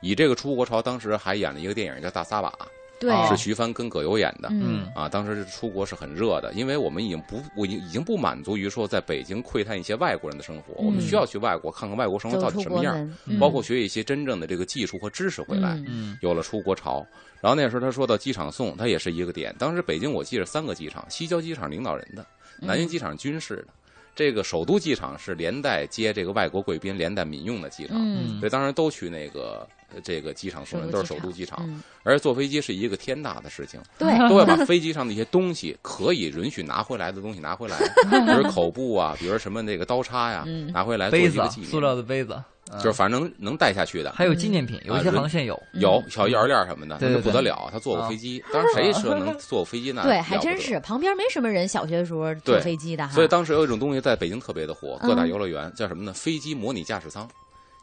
Speaker 3: 以这个出国潮，当时还演了一个电影叫《大撒把》，
Speaker 2: 对，哦
Speaker 1: 啊
Speaker 3: 是徐帆跟葛优演的。
Speaker 2: 嗯
Speaker 1: 嗯
Speaker 3: 啊，当时出国是很热的，因为我们已经不，我已已经不满足于说在北京窥探一些外国人的生活，我们
Speaker 2: 嗯
Speaker 3: 需要去外国看看外国生活
Speaker 2: 走
Speaker 3: 嗯到底
Speaker 2: 出
Speaker 3: 什
Speaker 2: 国
Speaker 3: 么样，
Speaker 2: 门，
Speaker 1: 嗯
Speaker 3: 包括学一些真正的这个技术和知识回来。啊
Speaker 2: 嗯
Speaker 1: 嗯
Speaker 3: 有了出国潮，然后那时候他说到机场送，他也是一个点。当时北京我记着三个机场，西郊机场领导人的，南京机场军事的，这个首都机场是连带接这个外国贵宾，连带民用的机场。
Speaker 2: 嗯，
Speaker 3: 所以当时都去那个呃这个机场送人，都是首都机场。
Speaker 2: 嗯
Speaker 3: 而坐飞机是一个天大的事情，
Speaker 2: 对，
Speaker 3: 都要把飞机上的一些东西可以允许拿回来的东西拿 回来，比如口布啊，比如什么那个刀叉呀、
Speaker 2: 嗯
Speaker 3: 拿回来做
Speaker 1: 杯
Speaker 3: 一
Speaker 1: 子
Speaker 3: 个
Speaker 1: 啊，
Speaker 3: 纪
Speaker 1: 塑料
Speaker 3: 念。
Speaker 1: 的杯子，嗯
Speaker 3: 就是反正能能带下去的，
Speaker 1: 还有纪念品，
Speaker 2: 嗯
Speaker 1: 有一些
Speaker 3: 啊人
Speaker 1: 航线有。
Speaker 3: 有小摇链什么的，
Speaker 1: 嗯对
Speaker 3: 那
Speaker 1: 对
Speaker 3: 就不
Speaker 1: 对哦
Speaker 3: 得了。啊他坐过飞机，当时谁说能坐过飞机那
Speaker 2: 哦对，
Speaker 3: 了
Speaker 2: 还
Speaker 3: 不
Speaker 2: 真
Speaker 3: 得
Speaker 2: 是，旁边没什么人，小学的时候坐
Speaker 3: 对
Speaker 2: 飞机的哈，
Speaker 3: 所以当时有一种东西在北京特别的火，
Speaker 2: 嗯
Speaker 3: 各大游乐园叫什么呢？飞机模拟驾驶舱，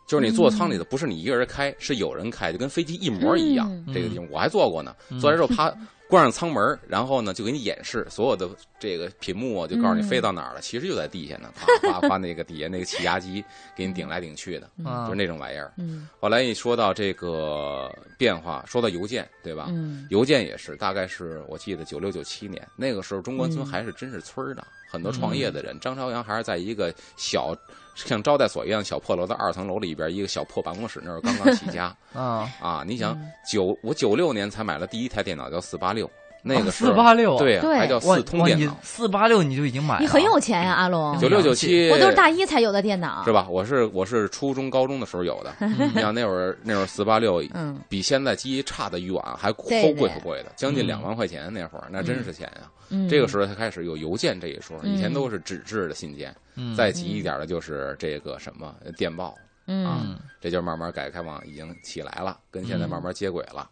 Speaker 3: 就是你坐舱里的不是你一个人开，是有人开，就跟飞机一模一样
Speaker 2: 嗯。
Speaker 3: 这个地方我还坐过呢，
Speaker 1: 嗯
Speaker 3: 坐完之后啪。关上舱门，然后呢，就给你演示所有的这个屏幕啊，就告诉你
Speaker 2: 嗯
Speaker 3: 飞到哪儿了，其实就在地下呢，啪啪啪，那个底下那个气压机给你顶来顶去的，
Speaker 1: 啊
Speaker 3: 就是那种玩意儿。
Speaker 2: 嗯
Speaker 3: 后来一说到这个变化，说到邮件，对吧？
Speaker 2: 嗯
Speaker 3: 邮件也是，大概是我记得九六九七年那个时候，中关村
Speaker 2: 嗯
Speaker 3: 还是真是村儿的，很多创业的人，张朝阳还是在一个小像招待所一样小破楼的二层楼里边一个小破办公室那儿刚刚起 家
Speaker 1: 啊，
Speaker 3: 啊！你想
Speaker 2: 嗯
Speaker 3: 九我九六年才买了第一台电脑叫四八六，那
Speaker 2: 哦
Speaker 3: 个
Speaker 1: 四
Speaker 3: 时候、
Speaker 1: 八六，
Speaker 3: 对啊
Speaker 2: 对
Speaker 3: 还叫
Speaker 1: 哇，
Speaker 3: 四通
Speaker 1: 哇
Speaker 3: 电
Speaker 1: 你
Speaker 3: 脑，
Speaker 1: 四八六你就已经买了，
Speaker 2: 你很有钱呀，阿龙，嗯
Speaker 1: 你
Speaker 3: 哎九六九七
Speaker 2: 我都是大一才有的电脑，
Speaker 3: 是吧？我是我是初中高中的时候有的，你想那会儿那会儿四八六
Speaker 2: 嗯
Speaker 3: 比现在机差的远，还齁
Speaker 2: 对对
Speaker 3: 贵齁贵的，将近
Speaker 1: 嗯
Speaker 3: 两万块钱那会儿，那真是钱啊呀、
Speaker 2: 嗯，
Speaker 3: 这个时候才开始有邮件这一说，
Speaker 2: 嗯
Speaker 3: 以前都是纸质的信件，
Speaker 1: 嗯，
Speaker 3: 再急一点的就是这个什么呃电报，
Speaker 2: 嗯
Speaker 3: 啊
Speaker 1: 嗯，
Speaker 3: 这就慢慢改革开放已经起来了，跟现在
Speaker 2: 嗯
Speaker 3: 慢慢接轨了。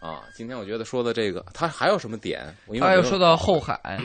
Speaker 3: 啊，今天我觉得说的这个，它还有什么点？我因为
Speaker 1: 他
Speaker 3: 我
Speaker 1: 又
Speaker 3: 没有
Speaker 1: 说到后，海，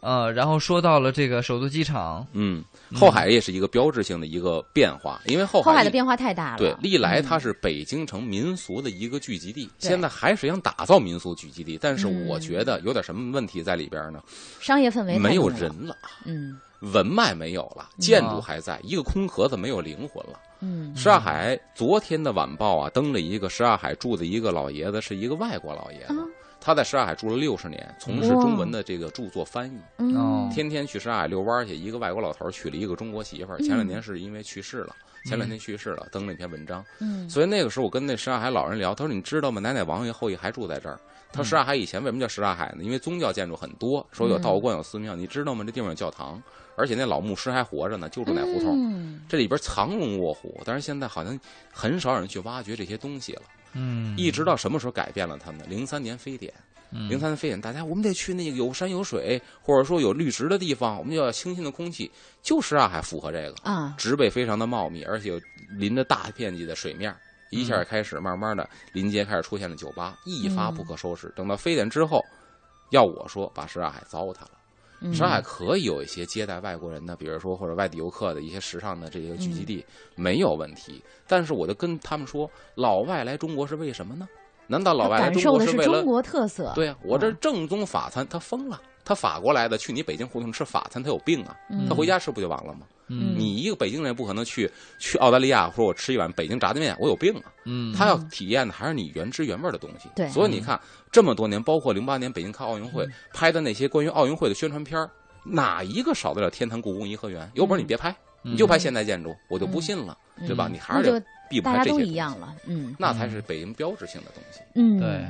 Speaker 1: 呃，然后说到了这个首都机场，
Speaker 3: 嗯，后海也是一个标志性的一个变化，因为后
Speaker 2: 后海的
Speaker 3: 一
Speaker 2: 变化太大了，嗯
Speaker 3: 对，历来它是北京城民俗的一个聚集地，
Speaker 2: 对
Speaker 3: 现在还是想打造民俗聚集地，但是
Speaker 2: 嗯
Speaker 3: 我觉得有点什么问题在里边呢？
Speaker 2: 商业氛围太
Speaker 3: 没有
Speaker 2: 重了
Speaker 3: 人，了。
Speaker 2: 嗯
Speaker 3: 文脉没有了，建筑还在，一个空壳子没有灵魂了。
Speaker 2: 嗯
Speaker 3: 什刹海昨天的晚报啊，登了一个什刹海住的一个老爷子，是一个外国老爷子，
Speaker 2: 啊
Speaker 3: 他在什刹海住了六十年，从事
Speaker 2: 哇
Speaker 3: 中文的这个著作翻译，
Speaker 1: 哦
Speaker 2: 嗯，
Speaker 3: 天天去什刹海遛弯儿去。一个外国老头儿娶了一个中国媳妇儿，前
Speaker 2: 嗯
Speaker 3: 两年是因为去世了，前两天去世了，登了一篇文章。
Speaker 2: 嗯
Speaker 3: 所以那个时候我跟那什刹海老人聊，他说你知道吗？奶奶王爷后裔还住在这儿。
Speaker 1: 嗯
Speaker 3: 他说什刹海以前为什么叫什刹海呢？因为宗教建筑很多，说有道观有寺庙，你知道吗？这地方有教堂，而且那老牧师还活着呢，就住那胡同。
Speaker 2: 嗯
Speaker 3: 这里边藏龙卧虎，但是现在好像很少有人去挖掘这些东西了。
Speaker 1: 嗯，
Speaker 3: 一直到什么时候改变了它呢？零三年非典，
Speaker 1: 嗯
Speaker 3: 零三年非典，大家我们得去那个有山有水，或者说有绿植的地方，我们就要清新的空气。就什刹海符合这个。
Speaker 2: 啊，
Speaker 3: 植被非常的茂密，而且有临着大面积的水面儿，一
Speaker 2: 嗯
Speaker 3: 下开始慢慢的临街开始出现了酒吧，一发不可收拾。等到非典之后，要我说把什刹海糟蹋了。
Speaker 2: 嗯
Speaker 3: 什刹海可以有一些接待外国人的，比如说或者外地游客的一些时尚的这些聚
Speaker 2: 嗯
Speaker 3: 集地，没有问题。但是我就跟他们说，老外来中国是为什么呢？难道老外来
Speaker 2: 感
Speaker 3: 中
Speaker 2: 受
Speaker 3: 国
Speaker 2: 的
Speaker 3: 是
Speaker 2: 是
Speaker 3: 为
Speaker 2: 中
Speaker 3: 了？
Speaker 2: 国嗯特色，
Speaker 3: 对呀、啊我这正宗法餐，他疯了，他法国来的，去你北京胡同吃法餐，他有病啊！
Speaker 2: 嗯
Speaker 3: 他回家吃不就完了吗？
Speaker 1: 嗯
Speaker 3: 你一个北京人不可能去去澳大利亚说我吃一碗北京炸酱面，我有病啊！
Speaker 1: 嗯，
Speaker 3: 他要体验的还是你原汁原味的东西。
Speaker 2: 对嗯
Speaker 3: 所以你看这么多年，包括零八年北京看奥运会拍的那些关于奥运会的宣传片儿哪一个少得了天坛、故宫、颐和园？有本事你别拍，
Speaker 1: 嗯
Speaker 3: 你就拍现代建筑，我就不信了，对吧？
Speaker 2: 嗯
Speaker 3: 你还是
Speaker 2: 那
Speaker 3: 得
Speaker 2: 就
Speaker 3: 避不
Speaker 2: 大
Speaker 3: 开
Speaker 2: 家
Speaker 3: 这
Speaker 2: 都
Speaker 3: 些，
Speaker 2: 一样，了，嗯
Speaker 3: 那才是北京标志性的东西。
Speaker 2: 嗯，
Speaker 1: 对。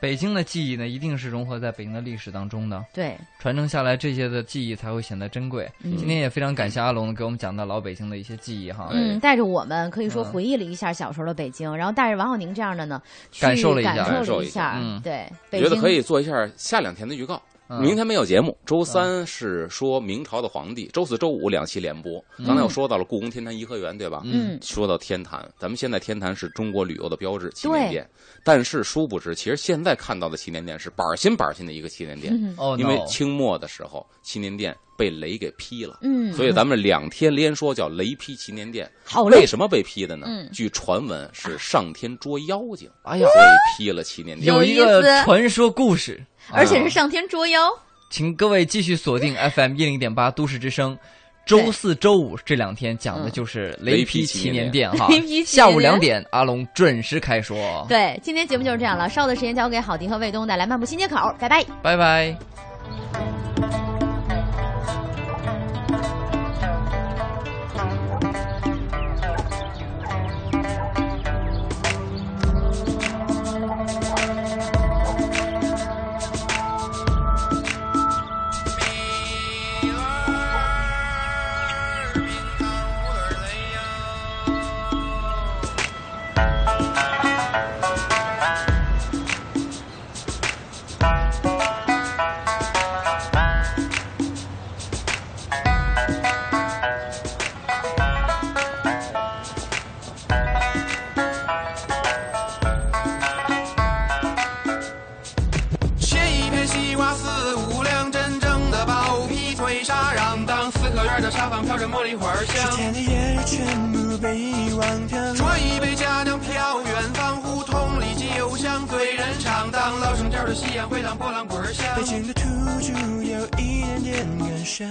Speaker 1: 北京的记忆呢，一定是融合在北京的历史当中的，
Speaker 2: 对，
Speaker 1: 传承下来这些的记忆才会显得珍贵。
Speaker 2: 嗯
Speaker 1: 今
Speaker 3: 哎
Speaker 1: 天也非常感谢阿龙给我们讲到老北京的一些记忆哈，
Speaker 2: 嗯，带着我们可以说
Speaker 1: 嗯
Speaker 2: 回忆了一下小时候的北京，然后带着王浩宁这样的呢，去
Speaker 1: 感受了一下
Speaker 2: 感
Speaker 3: 感
Speaker 2: 受
Speaker 3: 受
Speaker 2: 了
Speaker 3: 一
Speaker 2: 下
Speaker 3: 下
Speaker 1: 嗯
Speaker 2: 对，
Speaker 3: 我
Speaker 2: 北
Speaker 3: 觉
Speaker 2: 京
Speaker 3: 得可以做一下下两天的预告。
Speaker 1: 嗯
Speaker 3: 明天没有节目，周
Speaker 2: 嗯
Speaker 3: 三是说明朝的皇帝，周四、周五两期连播。刚才我说到了故宫、天坛、颐和园，对吧？
Speaker 2: 嗯
Speaker 3: 说到天坛，咱们现在天坛是中国旅游的标志祈
Speaker 2: 对
Speaker 3: 年殿，但是殊不知，其实现在看到的祈年殿是板儿新板儿新的一个祈年
Speaker 2: 嗯
Speaker 3: 殿，
Speaker 1: 哦，
Speaker 3: 因为
Speaker 1: no
Speaker 3: 清末的时候祈年殿被雷给劈了。
Speaker 2: 嗯，
Speaker 3: 所以咱们两天连说叫雷劈祈年殿，
Speaker 2: 好嘞
Speaker 3: 为，什么被劈的呢？
Speaker 2: 嗯啊
Speaker 3: 据传闻是上天捉妖精，
Speaker 1: 哎呀
Speaker 3: 所以劈了祈年殿。
Speaker 1: 有一
Speaker 2: 有意
Speaker 1: 个
Speaker 2: 思
Speaker 1: 传说故事，
Speaker 2: 而且是
Speaker 1: 啊
Speaker 2: 上天捉妖，
Speaker 1: 请各位继续锁 定 FM 一零点八都市之声。周四周五这两天讲
Speaker 2: 嗯
Speaker 1: 的就是雷劈祈年殿哈
Speaker 2: 雷劈，祈年殿
Speaker 1: 下午两点阿龙准时开说，
Speaker 2: 对，今天节目就是这样了，稍后的时间交给郝迪和卫东带来漫步新街口，拜拜。
Speaker 1: 拜拜。
Speaker 4: 女儿命苦的累呀。切一片西瓜四五两，真正的包皮腿沙瓤当，四合院的沙发飘着茉莉花
Speaker 5: 这
Speaker 4: 香。
Speaker 5: 天的夜里全部被遗忘掉。
Speaker 4: 端一杯佳酿飘远方，胡同里酒香醉人肠。当老生调的西洋会当拨浪鼓儿响。
Speaker 5: 北京的土著有一点点感伤，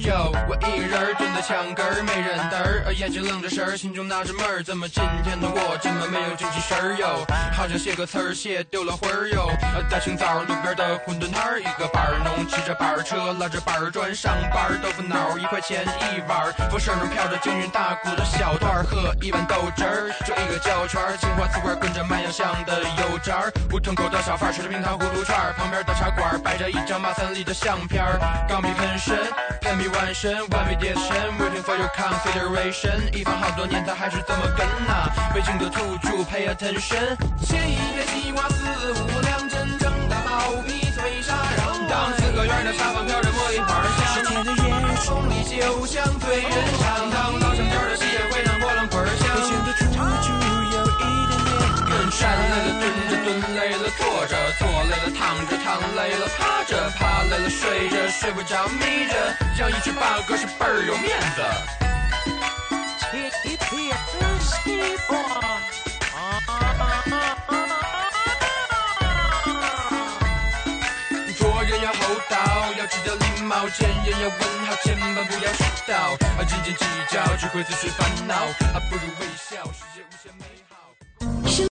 Speaker 4: 哟，我一个人儿蹲在墙根儿，没人搭儿，呃眼睛愣着神儿，心中纳着闷儿，怎么今天的我这么没有精气神儿哟？好像写个词儿写丢了魂儿哟。呃大清早路边的馄饨摊儿，一个板儿农骑着板儿车，拉着板儿砖上班儿，豆腐脑儿一块钱一碗儿，风扇中飘着京韵大鼓的小段儿，喝一碗豆汁儿，转一个胶圈儿，青花瓷罐跟着卖洋香的油渣儿，胡同口的小贩儿吃着冰糖葫芦串儿，旁边的茶馆儿摆着一张马三立的相片儿，钢笔喷身，喷笔万身，完美叠身，waiting for your consideration，一放好多年他还是这么跟呐、北京的土著 pay attention，切一片西瓜四五两，真正的毛皮脆沙瓤，当四合院的沙发飘着茉莉花
Speaker 5: 这
Speaker 4: 香
Speaker 5: 天。的夜里全
Speaker 4: 风里酒香醉人肠，当老城调的戏也会让波浪滚儿
Speaker 5: 北
Speaker 4: 响
Speaker 5: 京。的土著有一点点感
Speaker 4: 更站累了，蹲着蹲累了，坐着坐累了，躺着躺累了，趴着趴累了，睡着睡不着，眯着，养一只八哥是倍儿有面子。做人要厚道，要知道礼貌，见人要问好，千万不要迟到。啊，斤斤计较只会自寻烦恼，啊，不如微笑，世界无限美。